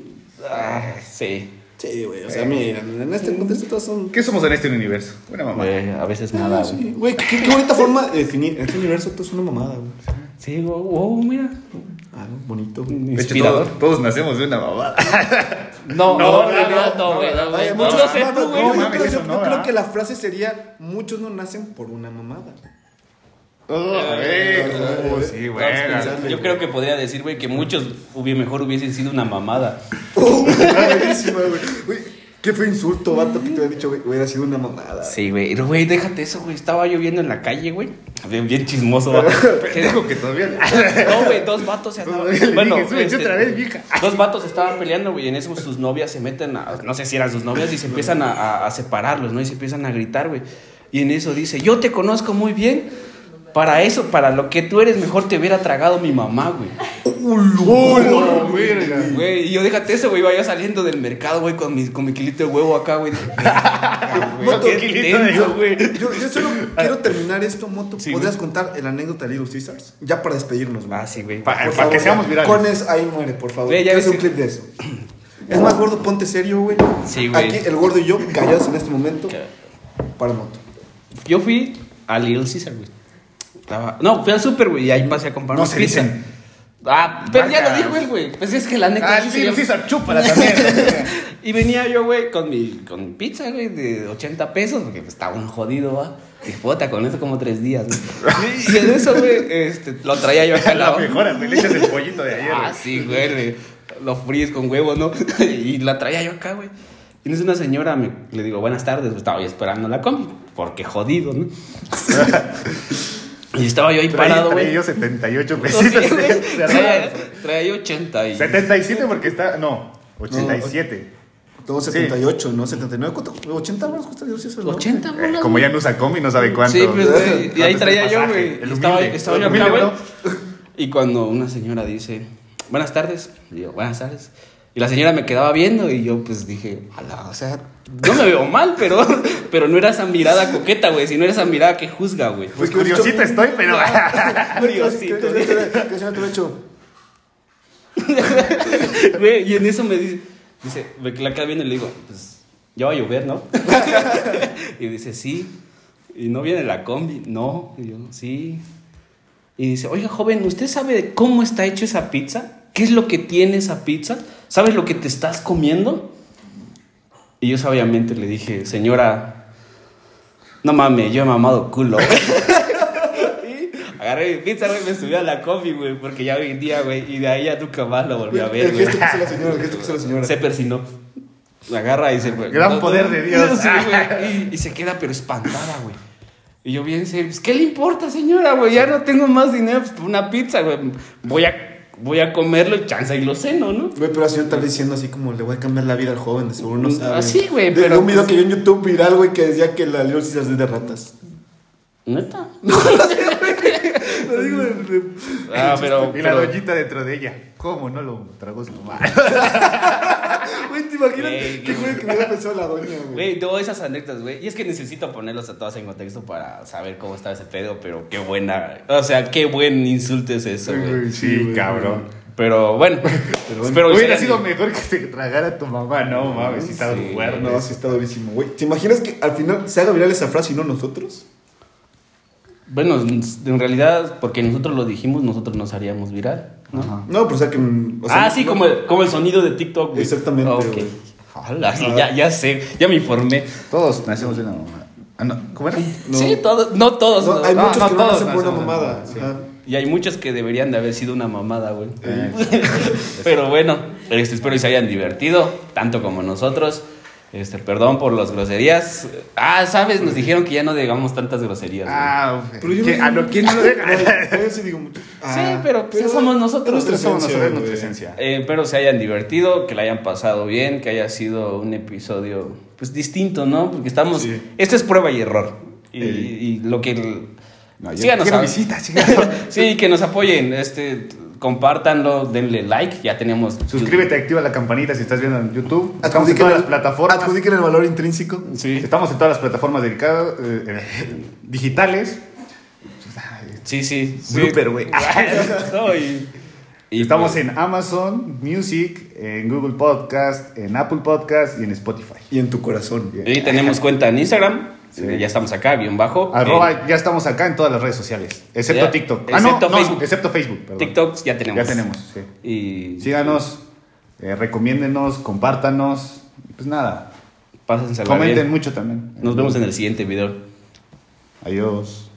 Speaker 2: Ah, sí.
Speaker 3: Sí, güey. O sea, mira, en este contexto todos son.
Speaker 1: ¿Qué somos en este universo? Una mamada.
Speaker 2: Güey, Eh, a veces nada, güey.
Speaker 3: Ah, Sí, Güey, qué, qué bonita forma de definir. En este universo todo es una mamada, güey.
Speaker 2: Sí, wow, wow, mira.
Speaker 3: Ah, bonito, güey.
Speaker 1: De hecho,
Speaker 2: Inspirador.
Speaker 1: todos, todos nacemos de una mamada. No,
Speaker 2: No,
Speaker 1: no,
Speaker 2: no, no, no,
Speaker 1: no,
Speaker 2: no, güey. No, güey.
Speaker 3: Vaya,
Speaker 2: No,
Speaker 3: muchos-
Speaker 2: no sé tú,
Speaker 3: no,
Speaker 2: güey.
Speaker 3: yo
Speaker 1: mames,
Speaker 3: creo-
Speaker 1: eso
Speaker 3: yo-
Speaker 1: no,
Speaker 3: yo creo
Speaker 1: ¿verdad?
Speaker 3: que la frase sería: Muchos no nacen por una mamada.
Speaker 1: Oh,
Speaker 2: Eh,
Speaker 1: güey.
Speaker 3: eh,
Speaker 1: Oh,
Speaker 3: eh,
Speaker 1: sí, güey.
Speaker 2: Vamos a
Speaker 3: pensando.
Speaker 2: pensarle, Yo creo que podría decir, güey, que muchos hubie- mejor hubiesen sido una mamada.
Speaker 3: ¡Oh! Buenísima, güey. Güey, qué fue insulto, vato, que te hubiera dicho, güey, hubiera sido una mamada.
Speaker 2: Sí, güey. Pero, güey, déjate eso, güey. Estaba lloviendo en la calle, güey. Bien, bien chismoso. va. Que dijo-
Speaker 1: Digo que todavía.
Speaker 2: No, güey, dos vatos se andaban.
Speaker 1: Todavía le
Speaker 2: Bueno, este,
Speaker 1: dije, "Súbete otra vez, vieja".
Speaker 2: Dos vatos estaban peleando, güey. y En eso sus novias se meten a. No sé si eran sus novias y se empiezan a, a- a separarlos, ¿no? Y se empiezan a gritar, güey. Y en eso dice: Yo te conozco muy bien. Para eso, para lo que tú eres, mejor te hubiera tragado mi mamá, güey.
Speaker 1: ¡Hola, verga!
Speaker 2: Güey, y yo déjate eso, güey, vaya saliendo del mercado, güey, con mi, con mi kilito de huevo acá, güey.
Speaker 1: Moto
Speaker 2: Qué
Speaker 1: kilito de
Speaker 2: intenso,
Speaker 1: huevo.
Speaker 2: güey.
Speaker 3: Yo, yo solo quiero terminar esto, Moto.
Speaker 2: Sí,
Speaker 3: ¿Podrías contar el anécdota de Little Caesars? Ya para despedirnos, güey.
Speaker 2: Ah, sí, güey.
Speaker 1: Pa-
Speaker 3: Por
Speaker 1: para que
Speaker 3: favor,
Speaker 1: seamos
Speaker 3: ya.
Speaker 1: virales.
Speaker 3: Con eso, ahí muere, por favor.
Speaker 2: Güey, ya
Speaker 3: Quiero hacer un
Speaker 2: ves que-
Speaker 3: clip de eso. Es más, gordo, ponte serio, güey.
Speaker 2: Sí, güey.
Speaker 3: Aquí el gordo y yo callados en este momento. Para moto.
Speaker 2: Yo fui a Little Caesar, güey. Estaba- No, fui al super, güey, y ahí pasé a comprar
Speaker 1: No
Speaker 2: una
Speaker 1: se
Speaker 2: pizza.
Speaker 1: dicen.
Speaker 2: Ah, pero ya lo
Speaker 1: Marcas.
Speaker 2: dijo él, güey. Pues es que la neta.
Speaker 1: Ah,
Speaker 2: sí,
Speaker 1: sí,
Speaker 2: yo-
Speaker 1: César, chúpala también.
Speaker 2: Y venía yo, güey, con mi con pizza, güey, de 80 pesos, porque pues, estaba un jodido, va. Dije, puta, con eso como tres días, güey. Y, y en eso, güey, este, lo traía yo acá al
Speaker 1: La
Speaker 2: lado.
Speaker 1: mejora, me le echas el pollito de ayer.
Speaker 2: Ah, sí, güey. le- Lo fríes con huevo, ¿no? y la traía yo acá, güey. Y entonces una señora me, le digo, buenas tardes, pues, estaba yo esperando la combi, porque jodido, ¿no? y estaba yo ahí
Speaker 1: Traía-
Speaker 2: parado,
Speaker 1: traía
Speaker 2: güey.
Speaker 1: yo 78
Speaker 2: No, sí,
Speaker 1: pesitos.
Speaker 2: güey, eh. traía,
Speaker 1: cerrados.
Speaker 2: traía yo 80 y...
Speaker 1: 77 porque está. No, 87.
Speaker 3: Tengo 78, ¿no? 79, ¿cuánto? 80 baros cuesta Dios eso, ¿no?
Speaker 2: 80
Speaker 1: Eh,
Speaker 2: bolas,
Speaker 1: como
Speaker 2: güey.
Speaker 1: ya no usa combi, no sabe cuánto.
Speaker 2: Sí, pues, güey, y ahí
Speaker 1: cuánto
Speaker 2: traía
Speaker 1: es el
Speaker 2: yo,
Speaker 1: pasaje,
Speaker 2: güey.
Speaker 1: el
Speaker 2: y Estaba,
Speaker 1: humilde,
Speaker 2: estaba
Speaker 1: el
Speaker 2: yo acá,
Speaker 1: humilde,
Speaker 2: güey.
Speaker 1: bro.
Speaker 2: Y cuando una señora dice, buenas tardes, y yo, buenas tardes. Y la señora me quedaba viendo y yo, pues, dije, ala, o sea, no me veo mal, pero, pero no era esa mirada coqueta, güey, sino era esa mirada que juzga, güey.
Speaker 1: Pues curiosito estoy, pero.
Speaker 2: Curiosito, güey.
Speaker 3: ¿Qué señora te lo he hecho?
Speaker 2: Güey, y en eso me dice, dice, me la queda viendo y le digo, pues ya va a llover, ¿no? y dice, sí. Y no viene la combi, no. Y yo, sí. Y dice, oiga, joven, ¿usted sabe de cómo está hecha esa pizza? ¿Qué es lo que tiene esa pizza? ¿Sabes lo que te estás comiendo? Y yo sabiamente le dije, señora, no mames, yo he mamado culo. Y Agarré mi pizza, güey, me subí a la combi, güey, porque ya vendía, güey, y de ahí ya nunca más lo volví a ver,
Speaker 3: El
Speaker 2: güey.
Speaker 3: gesto que hizo la señora, el gesto que hizo la señora.
Speaker 2: Se persinó. La agarra y se fue.
Speaker 1: Gran poder de Dios.
Speaker 2: Sí, güey, y, y se queda, pero espantada, güey. Y yo bien serio, pues, ¿qué le importa, señora, güey? Ya no tengo más dinero pues, por una pizza, güey. Voy a, voy a comerlo y chanza y lo ceno, ¿no?
Speaker 3: Güey, pero la señora está diciendo así como le voy a cambiar la vida al joven, de seguro no sabe.
Speaker 2: Así, güey,
Speaker 3: De- de
Speaker 2: pero
Speaker 3: un video que yo en YouTube viral, güey, que decía que la Little Caesars es de ratas.
Speaker 2: ¿Neta?
Speaker 3: Lo digo de- de-
Speaker 2: Ah, pero...
Speaker 1: Y la
Speaker 2: pero-
Speaker 1: doñita dentro de ella. ¿Cómo no lo tragó su mamá?
Speaker 3: Güey, ¿te imaginas
Speaker 2: Güey,
Speaker 3: qué
Speaker 2: no.
Speaker 3: güey que hubiera pensado la doña, güey?
Speaker 2: Güey, todas esas anécdotas, güey. Y es que necesito ponerlos a todas en contexto para saber cómo estaba ese pedo, pero qué buena. O sea, qué buen insulto es eso, güey.
Speaker 1: Sí,
Speaker 3: güey.
Speaker 1: cabrón.
Speaker 2: Pero bueno, espero que
Speaker 1: Hubiera
Speaker 2: sean-
Speaker 1: sido mejor que se tragara tu mamá, no mames, si estaba
Speaker 2: Sí.
Speaker 1: cuerno.
Speaker 3: No, sí está durísimo, güey. ¿Te imaginas que al final se haga viral esa frase y no nosotros?
Speaker 2: Bueno, en realidad, porque nosotros lo dijimos, nosotros nos haríamos viral, ¿no?
Speaker 3: No, pero o sea que. mm, o sea,
Speaker 2: ah, sí,
Speaker 3: no-
Speaker 2: como, el, como el sonido de TikTok, güey. Ah,
Speaker 3: Exactamente,
Speaker 2: Ok.
Speaker 3: güey.
Speaker 2: Ala, ya, ya sé, ya me informé.
Speaker 1: Todos nacemos de una mamá. Ah, no, ¿Cómo era?
Speaker 3: No.
Speaker 2: Sí, todos, no todos.
Speaker 3: No,
Speaker 2: no.
Speaker 3: hay
Speaker 1: no,
Speaker 3: muchos
Speaker 1: no
Speaker 3: que no
Speaker 1: todos
Speaker 3: nacen por
Speaker 1: nacemos
Speaker 3: una
Speaker 1: de
Speaker 3: mamada.
Speaker 1: mamada, sí.
Speaker 3: ajá.
Speaker 2: Y hay muchos que deberían de haber sido una mamada, güey.
Speaker 1: Eh,
Speaker 2: Pero bueno, este, espero que se hayan divertido, tanto como nosotros. Este, perdón por las groserías. Ah, sabes, nos dijeron que ya no digamos tantas groserías. güey.
Speaker 1: Ah,
Speaker 3: Pero yo
Speaker 1: que-
Speaker 3: no-
Speaker 1: ah, no, ¿quién no lo
Speaker 3: Güey, Yo sí digo mucho. Ah,
Speaker 2: pero, pues, somos nosotros.
Speaker 3: es nuestra
Speaker 1: somos
Speaker 3: esencia,
Speaker 1: nosotros, es nuestra
Speaker 3: güey.
Speaker 1: esencia.
Speaker 2: Eh, espero se hayan divertido, que la hayan pasado bien, que haya sido un episodio pues distinto, ¿no? Porque estamos.
Speaker 3: Sí.
Speaker 2: Esto es prueba y error. Y,
Speaker 3: Eh.
Speaker 2: y lo que. el-
Speaker 1: No, yo
Speaker 2: síganos
Speaker 1: quiero
Speaker 2: a-
Speaker 1: visitas, síganos.
Speaker 2: sí, que nos apoyen. Este, compártanlo, denle like. Ya tenemos.
Speaker 1: Suscríbete, activa la campanita si estás viendo en YouTube. Estamos en
Speaker 3: Adjudiquen
Speaker 1: todas las
Speaker 3: el-
Speaker 1: plataformas.
Speaker 3: Adjudiquen el valor intrínseco.
Speaker 2: Sí.
Speaker 1: Estamos en todas las plataformas dedicadas, eh, eh, digitales.
Speaker 2: Sí, sí. sí.
Speaker 1: Blooper, güey.
Speaker 2: No, y- y
Speaker 1: Estamos
Speaker 2: pues,
Speaker 1: en Amazon Music, en Google Podcast, en Apple Podcast y en Spotify.
Speaker 3: Y en tu corazón.
Speaker 2: Y tenemos cuenta en Instagram. eh, Ya estamos acá, bien bajo.
Speaker 1: Arroba,
Speaker 2: Eh,
Speaker 1: ya estamos acá en todas las redes sociales, excepto
Speaker 2: Ya,
Speaker 1: TikTok. Ah,
Speaker 2: excepto
Speaker 1: no, no,
Speaker 2: Facebook.
Speaker 1: excepto Facebook, perdón.
Speaker 2: TikToks ya tenemos.
Speaker 1: Ya tenemos, sí.
Speaker 2: Y
Speaker 1: Síganos, eh, recomiéndenos, compártanos. y Pues nada,
Speaker 2: pásensela
Speaker 1: comenten
Speaker 2: bien.
Speaker 1: mucho también.
Speaker 2: Nos vemos en el siguiente video.
Speaker 1: Adiós.